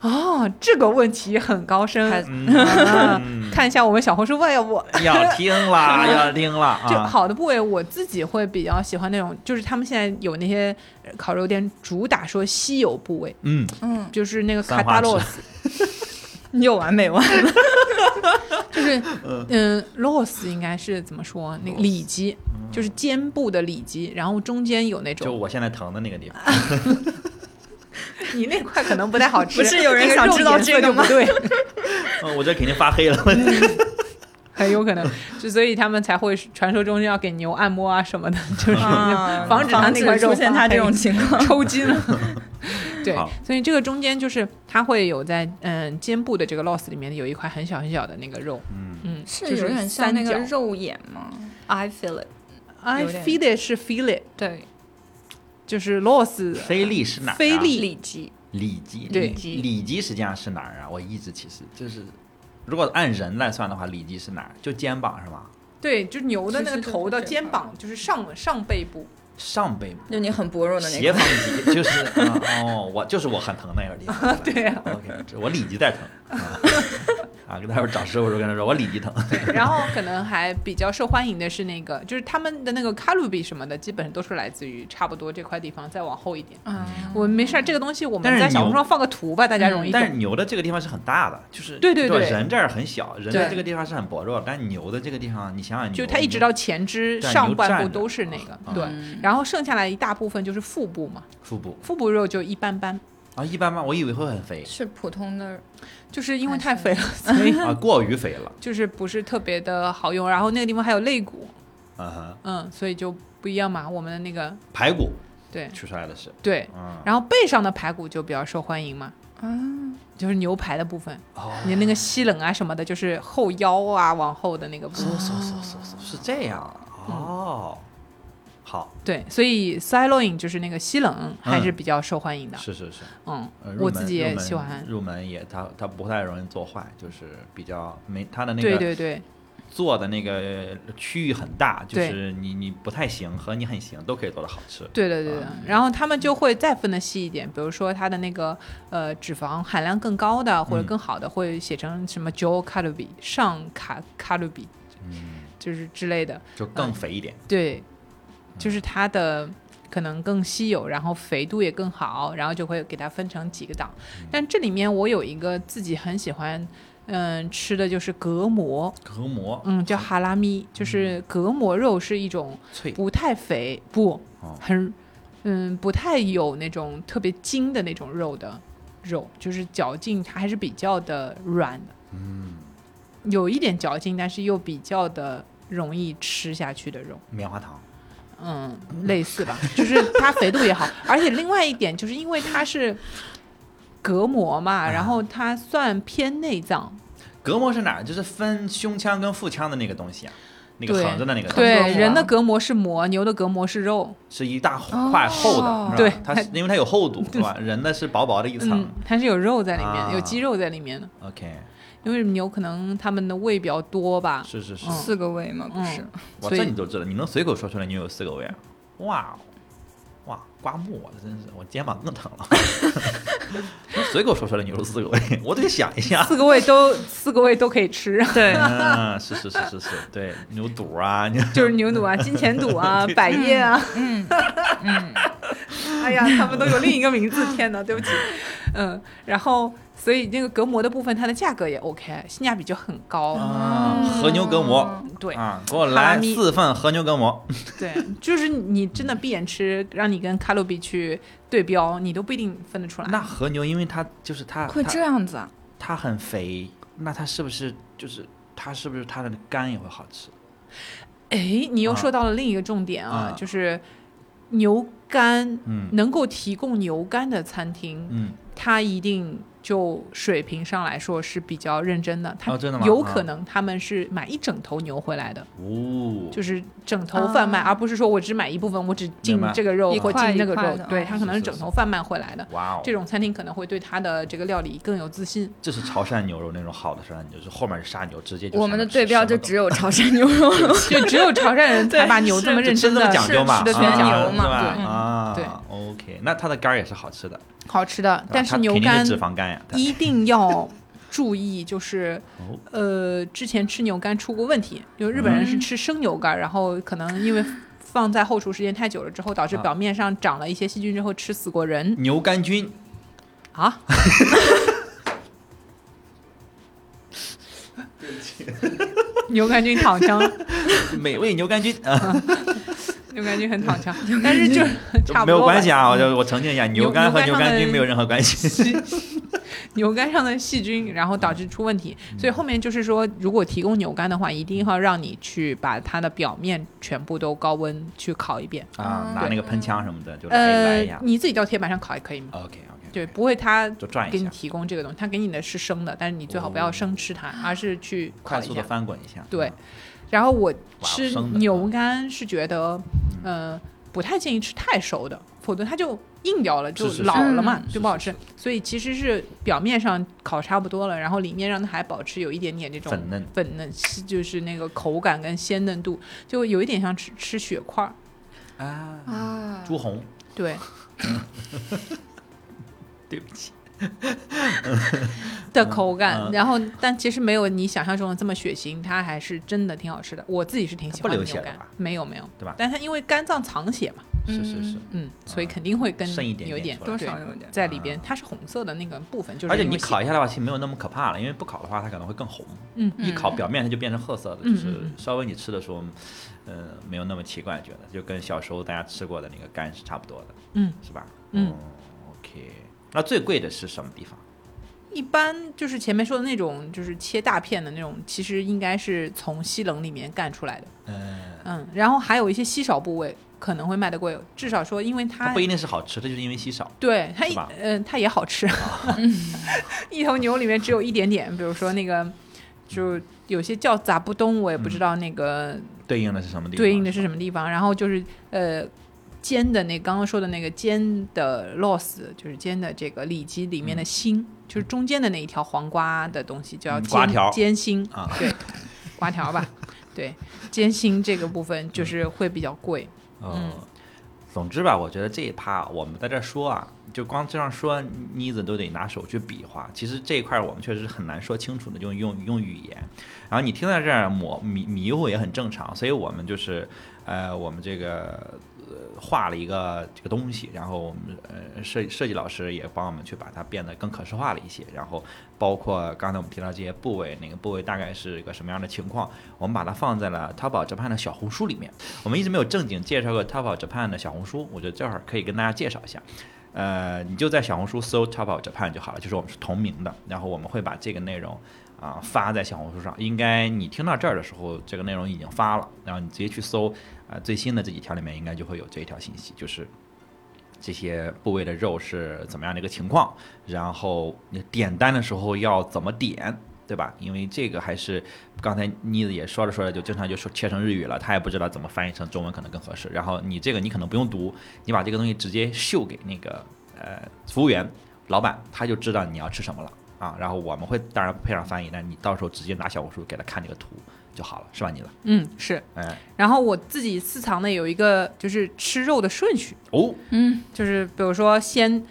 Speaker 2: 哦，这个问题很高深，
Speaker 4: 还
Speaker 2: 啊看一下我们小红书问要不。
Speaker 1: 嗯要听 啦，要听啦
Speaker 2: 就
Speaker 1: 啊！
Speaker 2: 好的部位，我自己会比较喜欢那种，就是他们现在有那些呃烤肉店主打说稀有部位，
Speaker 1: 嗯，
Speaker 4: 嗯，
Speaker 2: 就是那个卡
Speaker 1: 三
Speaker 2: 达
Speaker 1: 花指
Speaker 2: 洛斯，
Speaker 4: 你有完没完？
Speaker 2: 就是嗯，los 应该是怎么说？那个里脊，
Speaker 4: 嗯
Speaker 2: 就是肩部的里脊，然后中间有那
Speaker 1: 就
Speaker 2: 种，
Speaker 1: 我现在疼的那个地方，
Speaker 2: 你那块可能不太好吃。
Speaker 4: 不是有人想知道这个吗
Speaker 2: 那 肉颜色就不对，
Speaker 1: 嗯我这肯定发黑了。
Speaker 2: 很有可能，就所以他们才会传说中要给牛按摩啊什么的， 就是
Speaker 4: 啊
Speaker 2: 防止他那块肉
Speaker 4: 出现他 这种情况。
Speaker 2: 抽筋 了。对
Speaker 1: 好，
Speaker 2: 所以这个中间就是它会有在嗯肩部的这个 loss 里面有一块很小很小的那个肉，
Speaker 1: 嗯，
Speaker 2: 嗯，
Speaker 4: 是有点像那个
Speaker 2: 就是三角
Speaker 4: 肉眼吗？I feel it。
Speaker 2: I
Speaker 4: 有点
Speaker 2: feel it 是 feel it，
Speaker 4: 对，
Speaker 2: 就是 loss
Speaker 1: 菲力是哪儿啊？
Speaker 2: 菲力
Speaker 4: 里脊。
Speaker 1: 里脊，
Speaker 2: 对
Speaker 1: 里脊里脊实际上是哪儿啊？我一直其实就是，如果按人来算的话，里脊是哪儿？就肩膀是吧？
Speaker 2: 对，就是牛的那个
Speaker 4: 其实就是
Speaker 2: 头到
Speaker 4: 这
Speaker 2: 肩
Speaker 4: 块
Speaker 2: 膀，就是上上背部。
Speaker 1: 上背
Speaker 4: 就你很薄弱的那
Speaker 1: 斜
Speaker 4: 个，
Speaker 1: 方肌，就是、嗯哦，我就是我很疼那个地方。
Speaker 2: 对啊
Speaker 1: OK，这我里脊在疼啊啊！给待会儿找师傅的时候跟他说，我里脊疼。
Speaker 2: 然后可能还比较受欢迎的是那个，就是他们的那个卡路比什么的，基本都是来自于差不多这块地方，再往后一点。
Speaker 4: 嗯，
Speaker 2: 我们没事儿，这个东西我
Speaker 1: 但
Speaker 2: 们
Speaker 1: 是
Speaker 2: 在小
Speaker 1: 牛
Speaker 2: 红书上放个图吧，大家
Speaker 4: 嗯
Speaker 2: 容易懂。
Speaker 1: 但是牛的这个地方是很大的，就是
Speaker 2: 对对
Speaker 1: 吧
Speaker 2: 对
Speaker 1: 人这儿很小，人
Speaker 4: 对
Speaker 1: 的这个地方是很薄弱，但牛的这个地方，你想想牛，
Speaker 2: 就它一直到前肢
Speaker 1: 对
Speaker 2: 上
Speaker 1: 牛
Speaker 2: 半
Speaker 1: 站
Speaker 2: 部
Speaker 1: 着
Speaker 2: 都是那个，
Speaker 1: 啊
Speaker 2: 对。然后剩下来一大部分就是腹部嘛，
Speaker 1: 腹部
Speaker 2: 腹部肉就一般般，
Speaker 1: 啊，一般般，我以为会很肥
Speaker 4: 是普通的，
Speaker 2: 就是因为
Speaker 4: 还
Speaker 2: 太
Speaker 4: 是
Speaker 2: 肥了， 所以
Speaker 1: 啊，过于肥了，
Speaker 2: 就是不是特别的好用。然后那个地方还有肋骨，
Speaker 1: 嗯哼，
Speaker 2: 嗯，所以就不一样嘛。我们的那个
Speaker 1: 排骨
Speaker 2: 对
Speaker 1: 取出来的是，
Speaker 2: 对，
Speaker 1: 嗯，
Speaker 2: 然后背上的排骨就比较受欢迎嘛，
Speaker 4: 啊，
Speaker 2: 就是牛排的部分，
Speaker 1: 哦，
Speaker 2: 你那个西冷啊什么的，就是后腰啊往后的那个部分。
Speaker 1: 嗖嗖嗖嗖是这样啊哦，好，
Speaker 2: 对，所以 sirloin 就是那个西冷还是
Speaker 1: 嗯
Speaker 2: 比较受欢迎的。
Speaker 1: 是是是，
Speaker 2: 嗯，
Speaker 1: 呃入
Speaker 2: 我
Speaker 1: 门
Speaker 2: 自己
Speaker 1: 入
Speaker 2: 也
Speaker 1: 门
Speaker 2: 喜欢。
Speaker 1: 入门也它它不太容易做坏，就是比较没它的那
Speaker 2: 对
Speaker 1: 个
Speaker 2: 对对，
Speaker 1: 做的那个区域很大，就
Speaker 2: 对
Speaker 1: 是你你不太行和你很行都可以做的好吃，
Speaker 2: 对的，
Speaker 1: 啊
Speaker 2: 对的。然后他们就会再分的细一点，比如说它的那个呃脂肪含量更高的或者
Speaker 1: 嗯
Speaker 2: 更好的，会写成什么 Joe Calorie 上卡卡路比，
Speaker 1: 嗯，
Speaker 2: 就是之类的。
Speaker 1: 就更肥一点，
Speaker 2: 对，就是它的可能更稀有，然后肥度也更好，然后就会给它分成几个档。但这里面我有一个自己很喜欢。嗯，吃的就是隔膜，
Speaker 1: 隔膜
Speaker 2: 嗯，叫哈拉咪，就是隔膜肉是一种
Speaker 1: 脆，
Speaker 2: 不太肥，不
Speaker 1: 哦
Speaker 2: 很嗯不太有那种特别筋的那种肉的肉，就是嚼劲它还是比较的软的，
Speaker 1: 嗯，
Speaker 2: 有一点嚼劲，但是又比较的容易吃下去的肉。
Speaker 1: 棉花糖，
Speaker 2: 嗯，类似吧， 就是它肥度也好，而且另外一点就是因为它是隔膜
Speaker 1: 啊
Speaker 2: 嘛，然后它算偏内脏，
Speaker 1: 隔膜是哪儿？就是分胸腔跟腹腔的那个东西啊，那个
Speaker 2: 对
Speaker 1: 横着的那个啊东西，
Speaker 2: 对
Speaker 4: 是吧
Speaker 2: 人的隔膜是膜，牛的隔膜是肉，
Speaker 1: 是一大块厚
Speaker 4: 哦
Speaker 1: 的，是吧
Speaker 2: 对
Speaker 1: 它是因为它有厚度，是吧？人的是薄薄的一层
Speaker 2: 嗯，它是有肉在里面，
Speaker 1: 啊
Speaker 2: 有肌肉在里面的，
Speaker 1: ，OK，
Speaker 2: 因为牛可能它们的胃比较多吧，
Speaker 1: 是是是，
Speaker 2: 嗯
Speaker 4: 四个胃吗？不是 啊
Speaker 2: 嗯，
Speaker 1: 哇，
Speaker 2: 所以
Speaker 1: 这你都知道，你能随口说出来你有四个胃啊？哇哦，哇，刮目我真是，我肩膀更疼了。能随口说出来你有四个胃，我得想一下。
Speaker 2: 四个胃都四个胃都可以吃，
Speaker 4: 对
Speaker 1: 嗯，是是是是是，对牛肚啊， 你
Speaker 2: 就是牛肚啊、金钱肚啊、百叶啊，
Speaker 4: 嗯
Speaker 2: 哎呀，他们都有另一个名字，天 哪，对不起。嗯，然后所以那个隔膜的部分，它的价格也 OK，性价比就很高。
Speaker 1: 啊，和牛隔膜
Speaker 2: 对
Speaker 1: 啊，给我
Speaker 2: 哈拉
Speaker 1: 来
Speaker 2: 咪
Speaker 1: 四份和牛隔膜。
Speaker 2: 对，就是你真的闭眼吃，让你跟卡路比去对标，你都不一定分得出来。
Speaker 1: 那和牛，因为它就是它，
Speaker 4: 会这
Speaker 1: 它
Speaker 4: 样子啊？
Speaker 1: 它很肥，那它是不是就是它是不是它的肝也会好吃？
Speaker 2: 哎，你又
Speaker 1: 啊
Speaker 2: 说到了另一个重点啊，
Speaker 1: 啊
Speaker 2: 就是牛肝
Speaker 1: 嗯
Speaker 2: 能够提供牛肝的餐厅，
Speaker 1: 嗯，
Speaker 2: 它一定就水平上来说是比较认真的。他
Speaker 1: 哦真的吗
Speaker 2: 有
Speaker 1: 啊
Speaker 2: 可能他们是买一整头牛回来的，
Speaker 1: 哦，
Speaker 2: 就是整头贩卖，
Speaker 4: 啊
Speaker 2: 而不是说我只买一部分，我只进
Speaker 1: 明白
Speaker 2: 这个肉
Speaker 4: 一
Speaker 2: 或
Speaker 4: 块
Speaker 2: 进
Speaker 4: 一
Speaker 2: 那个
Speaker 4: 块
Speaker 2: 肉
Speaker 4: 的，
Speaker 2: 对
Speaker 4: 啊
Speaker 2: 他可能
Speaker 1: 是
Speaker 2: 是
Speaker 1: 是
Speaker 2: 整
Speaker 1: 是
Speaker 2: 头贩卖回来的。
Speaker 1: 哇哦，
Speaker 2: 这种餐厅可能会对他的这个料理更有自 信。
Speaker 1: 这是潮汕牛肉那种好的潮汕牛，就是后面是杀牛，直接就
Speaker 4: 我们的对标就只
Speaker 1: 有
Speaker 4: 有潮汕牛肉 了。
Speaker 2: 就只有潮汕人才把牛这么
Speaker 1: 真
Speaker 2: 认真
Speaker 1: 这么
Speaker 2: 的
Speaker 1: 讲究嘛，
Speaker 2: 吃的
Speaker 4: 是
Speaker 2: 全
Speaker 4: 全
Speaker 2: 讲
Speaker 4: 牛
Speaker 2: 究
Speaker 1: 啊对
Speaker 4: 嘛
Speaker 1: 吧
Speaker 4: 对
Speaker 1: 啊，
Speaker 2: 对
Speaker 1: ，OK，那它的肝儿也是好吃的，
Speaker 2: 好吃的
Speaker 1: 对吧，
Speaker 2: 但是
Speaker 1: 它
Speaker 2: 牛
Speaker 1: 肯定
Speaker 2: 肝
Speaker 1: 脂肪肝呀， 它
Speaker 2: 一定要注意，就是
Speaker 1: 哦
Speaker 2: 呃，之前吃牛肝出过问题，就日本人是
Speaker 4: 嗯
Speaker 2: 吃生牛肝，然后可能因为放在后厨时间太久了之后，导致
Speaker 1: 啊
Speaker 2: 表面上长了一些细菌之后，吃死过人
Speaker 1: 牛肝菌
Speaker 2: 啊。牛肝菌躺枪，
Speaker 1: 美味牛肝菌啊，
Speaker 2: 牛肝菌很躺枪，但 是就是差不多
Speaker 1: 没有关系
Speaker 2: 吧
Speaker 1: 啊，我就我澄清一下，
Speaker 2: 牛
Speaker 1: 肝和
Speaker 2: 牛
Speaker 1: 牛
Speaker 2: 肝上
Speaker 1: 肝
Speaker 2: 的
Speaker 1: 菌没有任何关系。
Speaker 2: 牛肝上的细菌，然后导致出问题。
Speaker 1: 嗯
Speaker 2: 所以后面就是说，如果提供牛肝的话，一定要让你去把它的表面全部都高温去烤一遍。
Speaker 1: 啊，
Speaker 4: 嗯
Speaker 1: 拿那
Speaker 4: 对
Speaker 1: 个喷枪什么的，就来一来
Speaker 2: 呃
Speaker 1: 一下，。
Speaker 2: 你自己到铁板上烤也可以嘛。
Speaker 1: OK OK，
Speaker 2: 对，不会它
Speaker 1: 就转
Speaker 2: 给
Speaker 1: 一
Speaker 2: 你
Speaker 1: 下，
Speaker 2: 提供这个东西，它给你的是生的，但是你最好不
Speaker 1: 哦
Speaker 2: 要生吃它，而是去烤
Speaker 1: 快
Speaker 2: 一
Speaker 1: 速的
Speaker 2: 下。
Speaker 1: 翻滚一下。嗯
Speaker 2: 对然后我
Speaker 1: 哇
Speaker 2: 吃
Speaker 1: 生的
Speaker 2: 牛肝是觉得，呃，不太建议吃太熟的，否则它就硬掉了，就是
Speaker 1: 是是
Speaker 2: 老了嘛，
Speaker 1: 嗯
Speaker 2: 就不好吃。所以其实是表面上烤差不多了，然后里面让它还保持有一点点这种
Speaker 1: 粉嫩
Speaker 2: 粉嫩，就是那个口感跟鲜嫩度，就有一点像吃吃雪块儿。
Speaker 1: 啊，
Speaker 4: 啊
Speaker 1: 朱红，
Speaker 2: 对，
Speaker 1: 对不起，
Speaker 2: 的口感，
Speaker 1: 嗯
Speaker 2: 然后但其实没有你想象中的这么血腥，它还是真的挺好吃的。我自己是挺喜欢
Speaker 1: 它不
Speaker 2: 牛
Speaker 1: 流血的
Speaker 2: 肝
Speaker 1: 吧，
Speaker 2: 没有没有，
Speaker 1: 对吧
Speaker 2: 但它因为肝脏藏血嘛，
Speaker 1: 是是是。
Speaker 2: 嗯，所以肯定会跟
Speaker 1: 剩一点
Speaker 2: 有一
Speaker 1: 点出来嗯
Speaker 4: 多
Speaker 2: 对
Speaker 4: 少有点。
Speaker 2: 在里边，它是红色的那个部分，就是
Speaker 1: 而且
Speaker 2: 因为
Speaker 1: 你
Speaker 2: 血
Speaker 1: 烤一下的话，其实没有那么可怕了，因为不烤的话，它可能会更红。
Speaker 2: 嗯
Speaker 1: 一
Speaker 4: 嗯
Speaker 1: 烤表面它就变成褐色的，
Speaker 2: 嗯
Speaker 1: 就
Speaker 2: 嗯
Speaker 1: 是
Speaker 2: 嗯
Speaker 1: 稍微你吃的时候，呃，没有那么奇怪，觉得就跟小时候大家吃过的那个肝是差不多的，
Speaker 2: 嗯，
Speaker 1: 是吧？哦
Speaker 2: 嗯
Speaker 1: ，OK。那最贵的是什么地方？
Speaker 2: 一般就是前面说的那种，就是切大片的那种，其实应该是从西冷里面干出来的，
Speaker 1: 嗯，
Speaker 2: 嗯，然后还有一些稀少部位可能会卖的贵，哦至少说因为
Speaker 1: 它不一定是好吃，它就是因为稀少。
Speaker 2: 对它
Speaker 1: 是
Speaker 2: 一
Speaker 1: 吧啊
Speaker 2: 嗯、它也好吃， 一头牛里面只有一点点，比如说那
Speaker 1: 嗯
Speaker 2: 个就有些叫杂不东，我也不知道那个
Speaker 1: 对应的是什嗯么地方？
Speaker 2: 对应的是什么地方。然后就是呃煎的那刚刚说的那个煎的 loss，就是煎的这个里脊里面的心，就是中间的那一条黄瓜的东西，就要
Speaker 1: 嗯
Speaker 2: 煎、
Speaker 1: 瓜条
Speaker 2: 煎心，
Speaker 1: 啊
Speaker 2: 对，瓜条吧， 对，煎心这个部分就是会比较贵，
Speaker 1: 嗯，总之吧，我觉得这一趴我们在这儿说啊，就光这样说妮子都得拿手去比划。其实这一块儿我们确实是很难说清楚的，就用用语言。然后你听到这儿模迷迷糊也很正常，所以我们就是呃，我们这个。呃画了一个这个东西，然后我们呃设设计老师也帮我们去把它变得更可视化了一些，然后包括刚才我们提到这些部位，哪个部位大概是一个什么样的情况，我们把它放在了淘宝 Japan 的小红书里面。我们一直没有正经介绍过 Top of Japan 的小红书，我觉得这会儿可以跟大家介绍一下。呃，你就在小红书搜 Top of Japan 就好了，就是我们是同名的，然后我们会把这个内容啊、发在小红书上。应该你听到这儿的时候，这个内容已经发了，然后你直接去搜啊、呃最新的这几条里面应该就会有这一条信息，就是。这些部位的肉是怎么样的一个情况？然后你点单的时候要怎么点，对吧？因为这个还是刚才妮子也说着说着就经常就说切成日语了，他也不知道怎么翻译成中文可能更合适。然后你这个你可能不用读，你把这个东西直接秀给那个呃服务员老板，他就知道你要吃什么了啊。然后我们会当然配上翻译，但你到时候直接拿小红书给他看这个图就好了，是吧，妮子？
Speaker 2: 嗯，是。
Speaker 1: 哎，
Speaker 2: 然后我自己私藏的有一个就是吃肉的顺序，
Speaker 1: 哦，
Speaker 4: 嗯，
Speaker 2: 就是比如说先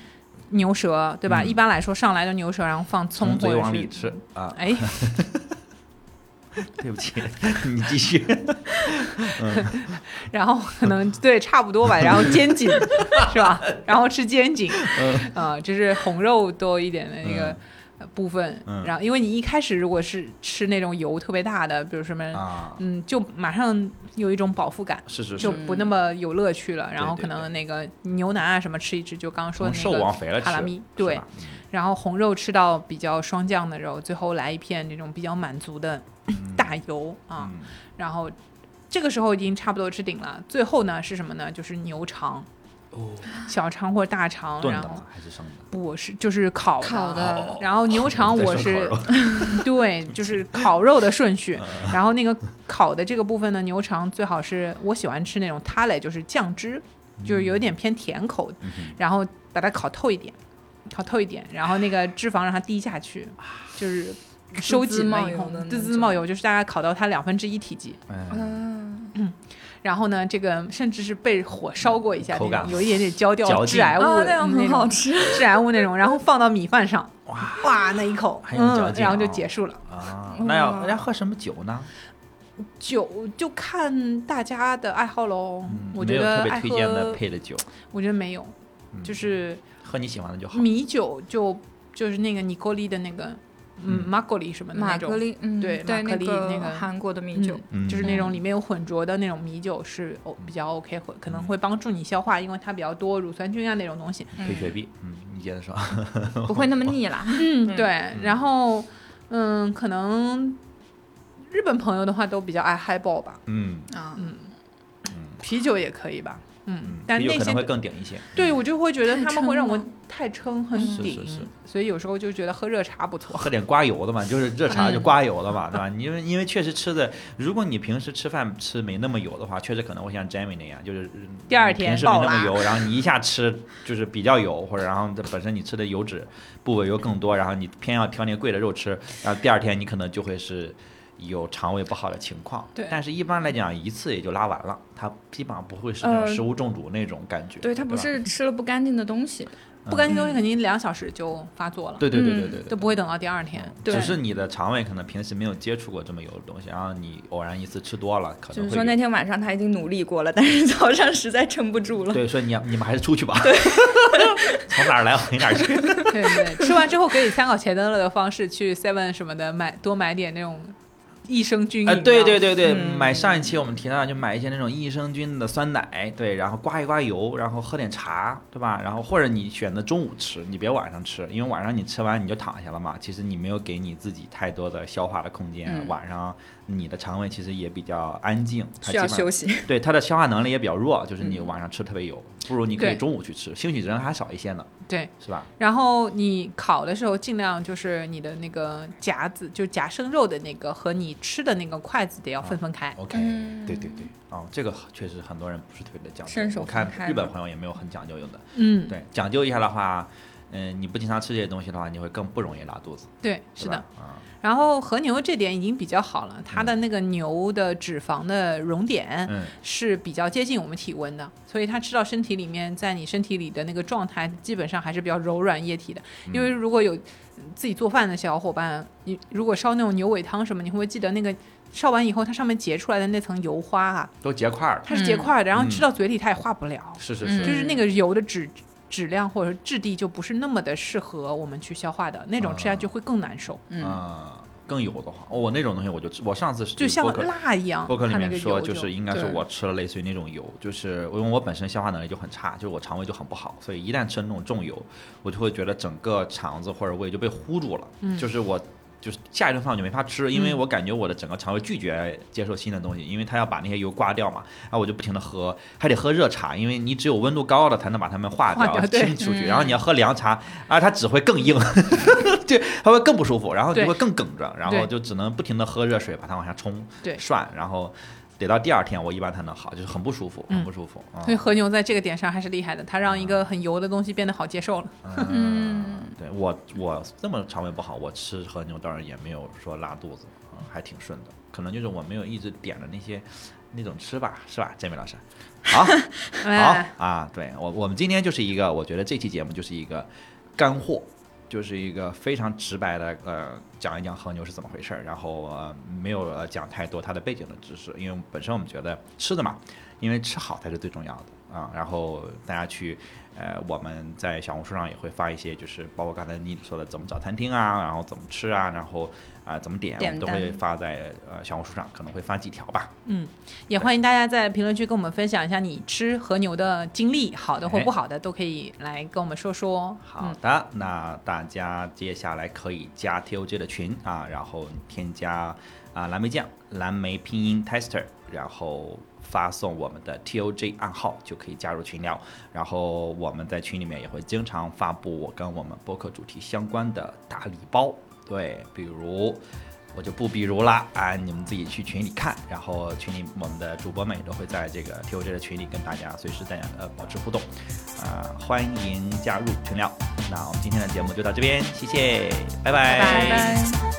Speaker 2: 牛舌，对吧？
Speaker 1: 嗯
Speaker 2: 一般来说上来就牛舌，然后放葱
Speaker 1: 从
Speaker 2: 或
Speaker 1: 嘴
Speaker 2: 者
Speaker 1: 往里
Speaker 2: 是
Speaker 1: 吃啊，
Speaker 2: 哎，
Speaker 1: 对不起，你继续。
Speaker 2: 然后可能对差不多吧，然后肩颈 是吧？然后吃肩颈，啊，就是红肉多一点的那个
Speaker 1: 嗯
Speaker 2: 呃部分。
Speaker 1: 嗯
Speaker 2: 然后因为你一开始如果是吃那种油特别大的，比如什么，
Speaker 1: 啊，
Speaker 2: 嗯，就马上有一种饱腹感。
Speaker 1: 是是，
Speaker 2: 就是不那么有乐趣了。然后
Speaker 1: 对
Speaker 2: 可能那个牛腩啊什么吃一吃，就刚刚说
Speaker 1: 从
Speaker 2: 的
Speaker 1: 瘦
Speaker 2: 那
Speaker 1: 往
Speaker 2: 个
Speaker 1: 肥了吃，
Speaker 2: 哈拉米，
Speaker 1: 是
Speaker 2: 对
Speaker 1: 吧，
Speaker 2: 然后红肉吃到比较双酱的肉，最后来一片这种比较满足的大油啊，
Speaker 1: 嗯
Speaker 2: 然后。这个时候已经差不多吃顶了，最后呢是什么呢？就是牛肠，
Speaker 1: 哦，
Speaker 2: 小肠或者大肠，
Speaker 1: 炖
Speaker 2: 然
Speaker 1: 的
Speaker 2: 后
Speaker 1: 吗？还是生的？
Speaker 2: 不我是就是烤
Speaker 4: 烤的
Speaker 1: 哦
Speaker 2: 然后牛肠我是 对，就是烤肉的顺序。
Speaker 1: 嗯
Speaker 2: 然后那个烤的这个部分呢，牛肠最好是我喜欢吃那种它嘞，就是酱汁，就是有点偏甜口的，然后把它烤透一点，烤透一点，然后那个脂肪让它滴下去，就是收紧了以后
Speaker 4: 滋滋冒油的，那
Speaker 2: 滋滋
Speaker 4: 种
Speaker 2: 冒油，就是大概烤到它两分之一体积。
Speaker 1: 嗯，
Speaker 4: 嗯，
Speaker 2: 然后呢，这个甚至是被火烧过一下，
Speaker 1: 口
Speaker 2: 那种
Speaker 1: 感
Speaker 2: 有一点点焦
Speaker 1: 嚼
Speaker 2: 掉
Speaker 1: 劲
Speaker 2: 致癌物
Speaker 4: 啊，
Speaker 2: 的
Speaker 4: 那样
Speaker 2: 那
Speaker 4: 很
Speaker 2: 种
Speaker 4: 好吃。
Speaker 2: 致癌物那种，然后放到米饭上，
Speaker 1: 哇
Speaker 2: 哇，那一口，
Speaker 1: 还有嚼
Speaker 2: 嗯，
Speaker 1: 劲
Speaker 2: 然后就
Speaker 1: 啊
Speaker 2: 结束了。
Speaker 1: 啊，
Speaker 4: 哇
Speaker 1: 那要那要喝什么酒呢？
Speaker 2: 酒就看大家的爱好喽，
Speaker 1: 嗯
Speaker 2: 我
Speaker 1: 没
Speaker 2: 觉
Speaker 1: 有特
Speaker 2: 得
Speaker 1: 别
Speaker 2: 爱
Speaker 1: 推荐的
Speaker 2: 喝，
Speaker 1: 配的酒，
Speaker 2: 我觉得没有，就是
Speaker 1: 嗯喝你喜欢的就好。
Speaker 2: 米酒就就是那个尼古利的那个，嗯，马格里什么的
Speaker 4: 马
Speaker 2: 那
Speaker 4: 格
Speaker 2: 种，
Speaker 4: 利，嗯，
Speaker 2: 对
Speaker 4: 对，
Speaker 2: 马格利那个
Speaker 4: 个韩国的米酒，
Speaker 2: 嗯就是
Speaker 1: 嗯
Speaker 2: 那种里面有混浊的那种米酒是哦比较 OK，会可能会帮助你消化，因为它比较多乳酸菌啊那种东西。
Speaker 1: 退学币，嗯，你接着 说。
Speaker 4: 嗯不会那么腻 啦。
Speaker 2: 嗯，对，然后嗯，可能日本朋友的话都比较爱嗨爆吧，
Speaker 1: 嗯，
Speaker 4: 啊，
Speaker 2: 啤酒也可以吧，嗯
Speaker 1: 嗯，
Speaker 2: 但
Speaker 1: 有
Speaker 2: 那
Speaker 1: 可
Speaker 2: 些
Speaker 1: 能会更顶一些。嗯
Speaker 2: 对，我就会觉得
Speaker 4: 太
Speaker 2: 他们会
Speaker 4: 撑
Speaker 2: 让我
Speaker 4: 了嗯
Speaker 2: 太撑，很
Speaker 1: 是
Speaker 2: 顶，
Speaker 1: 是是
Speaker 2: 所以有时候就觉得喝热茶不错。
Speaker 1: 喝点刮油的嘛，就是热茶
Speaker 2: 嗯
Speaker 1: 就刮油的嘛，对吧？你因为因为确实吃的，如果你平时吃饭吃没那么油的话，确实可能会像 Jamie 那样，就是
Speaker 2: 第二天
Speaker 1: 平时没那
Speaker 2: 爆
Speaker 1: 么
Speaker 2: 拉
Speaker 1: 油，然后你一下吃就是比较油，或者然后本身你吃的油脂部位又更多，然后你偏要挑那贵的肉吃，然后第二天你可能就会是。有肠胃不好的情况，
Speaker 2: 对
Speaker 1: 但是一般来讲一次也就拉完了，它基本上不会是那种
Speaker 4: 呃
Speaker 1: 食物中毒那种感觉。
Speaker 4: 对，它不
Speaker 1: 吧
Speaker 4: 是吃了不干净的东西，
Speaker 2: 不干净东西肯定两小时就发作了，
Speaker 1: 对对对对
Speaker 4: 嗯
Speaker 1: 嗯对对，
Speaker 2: 都不会等到第二天。
Speaker 4: 对
Speaker 1: 只是你的肠胃可能平时没有接触过这么油的东西，然后你偶然一次吃多了，可
Speaker 4: 就
Speaker 1: 能
Speaker 4: 是
Speaker 1: 会
Speaker 4: 说那天晚上他已经努力过了，但是早上实在撑不住了。
Speaker 1: 对，所以你你们还是出去吧， 从哪儿来回哪儿去。
Speaker 2: 对对对，吃完之后可以参考钱德勒的方式去 Seven 什么的买，多买点那种益生菌饮料。
Speaker 1: 呃，对对对对，
Speaker 4: 嗯
Speaker 1: 买上一期我们提到就买一些那种益生菌的酸奶，对，然后刮一刮油，然后喝点茶，对吧？然后或者你选择中午吃，你别晚上吃，因为晚上你吃完你就躺下了嘛，其实你没有给你自己太多的消化的空间，
Speaker 4: 嗯
Speaker 1: 晚上你的肠胃其实也比较安静，它
Speaker 4: 需
Speaker 1: 基
Speaker 4: 要
Speaker 1: 本上
Speaker 4: 休息，
Speaker 1: 对它的消化能力也比较弱，就是你
Speaker 4: 嗯
Speaker 1: 晚上吃特别油，不如你可以
Speaker 2: 对
Speaker 1: 中午去吃，兴许人还少一些呢，
Speaker 2: 对。
Speaker 1: 是吧？
Speaker 2: 然后你烤的时候，尽量就是你的那个夹子，就夹生肉的那个和你吃的那个筷子得
Speaker 1: 啊
Speaker 2: 要分分开。
Speaker 1: OK，、
Speaker 4: 嗯
Speaker 1: 对对对，哦，这个确实很多人不是特别的讲
Speaker 4: 伸
Speaker 1: 究，
Speaker 4: 手
Speaker 1: 我看
Speaker 4: 分开
Speaker 1: 日本
Speaker 4: 嘛
Speaker 1: 朋友也没有很讲究用的。
Speaker 2: 嗯，
Speaker 1: 对，讲究一下的话，嗯、你不经常吃这些东西的话，你会更不容易拉肚子，
Speaker 2: 对，是的
Speaker 1: 吧。？啊、
Speaker 2: 然后和牛这点已经比较好了，它的那个牛的脂肪的熔点
Speaker 1: 嗯，
Speaker 2: 是比较接近我们体温的，所以它吃到身体里面，在你身体里的那个状态基本上还是比较柔软液体的。
Speaker 1: 嗯
Speaker 2: 因为如果有自己做饭的小伙伴，你如果烧那种牛尾汤什么，你会不会记得那个烧完以后它上面结出来的那层油花啊，
Speaker 1: 都结块儿了，
Speaker 2: 它是结块的，然后
Speaker 1: 嗯
Speaker 2: 吃到嘴里它也化不了，
Speaker 1: 是是
Speaker 4: 嗯
Speaker 1: 是，
Speaker 2: 就是那个油的质质量或者质地就不是那么的适合我们去消化的那种，吃下去会更难受。
Speaker 4: 嗯，
Speaker 1: 啊、更油的话，我那种东西我就吃，我上次是
Speaker 2: 就像
Speaker 1: 播客
Speaker 2: 辣一样，
Speaker 1: 播客里
Speaker 2: 它那
Speaker 1: 面
Speaker 2: 个
Speaker 1: 说，
Speaker 2: 油
Speaker 1: 就是应该是
Speaker 4: 对
Speaker 1: 我吃了类似于那种油，就是因为我本身消化能力就很差，就是我肠胃就很不好，所以一旦吃那种重油，我就会觉得整个肠子或者胃就被糊住了，
Speaker 2: 嗯
Speaker 1: 就是我。就是下一顿饭我就没法吃，因为我感觉我的整个肠胃拒绝接受新的东西，因为它要把那些油刮掉嘛，然后我就不停的喝，还得喝热茶，因为你只有温度高了才能把它们化
Speaker 2: 化
Speaker 1: 掉、
Speaker 2: 掉对
Speaker 1: 清出去，
Speaker 4: 嗯
Speaker 1: 然后你要喝凉茶，啊，它只会更硬， 对，它会更不舒服，然后就
Speaker 2: 对
Speaker 1: 会更梗着，然后
Speaker 2: 对
Speaker 1: 就只能不停的喝热水把它往下冲，
Speaker 2: 对
Speaker 1: 涮，然后得到第二天我一般才能好，就是很不舒服，很
Speaker 2: 嗯
Speaker 1: 不舒服。嗯
Speaker 2: 所以和牛在这个点上还是厉害的，它让一个很油的东西变得好接受了。
Speaker 1: 嗯，对我我这么肠胃不好，我吃和牛当然也没有说拉肚子，嗯还挺顺的。可能就是我没有一直点的那些那种吃法，是吧，建伟老师？好，好
Speaker 2: 哎，
Speaker 1: 啊，对我我们今天就是一个，我觉得这期节目就是一个干货，就是一个非常直白的呃讲一讲和牛是怎么回事儿，然后、呃、没有呃讲太多它的背景的知识，因为本身我们觉得吃的嘛，因为吃好才是最重要的啊、然后大家去呃我们在小红书上也会发一些，就是包括刚才你说的怎么找餐厅啊，然后怎么吃啊，然后啊、怎么点，我们
Speaker 4: 点
Speaker 1: 都会
Speaker 4: 单
Speaker 1: 发在呃小红书上，可能会发几条吧。
Speaker 2: 也欢迎大家在评论区跟我们分享一下你吃和牛的经历，好的或不好的都可以来跟我们说说。
Speaker 1: 哎
Speaker 2: 嗯
Speaker 1: 好的，那大家接下来可以加 TOJ 的群啊，然后添加啊蓝莓酱，蓝莓拼音 tester，然后发送我们的 TOJ 暗号就可以加入群聊。然后我们在群里面也会经常发布我跟我们播客主题相关的大礼包，对，比如。我就不比如啦啊，你们自己去群里看，然后群里我们的主播们也都会在这个 TOJ 的群里跟大家随时大家呃保持互动，啊、欢迎加入群聊。那我们今天的节目就到这边，谢谢，拜
Speaker 4: 拜
Speaker 1: 拜
Speaker 4: 拜。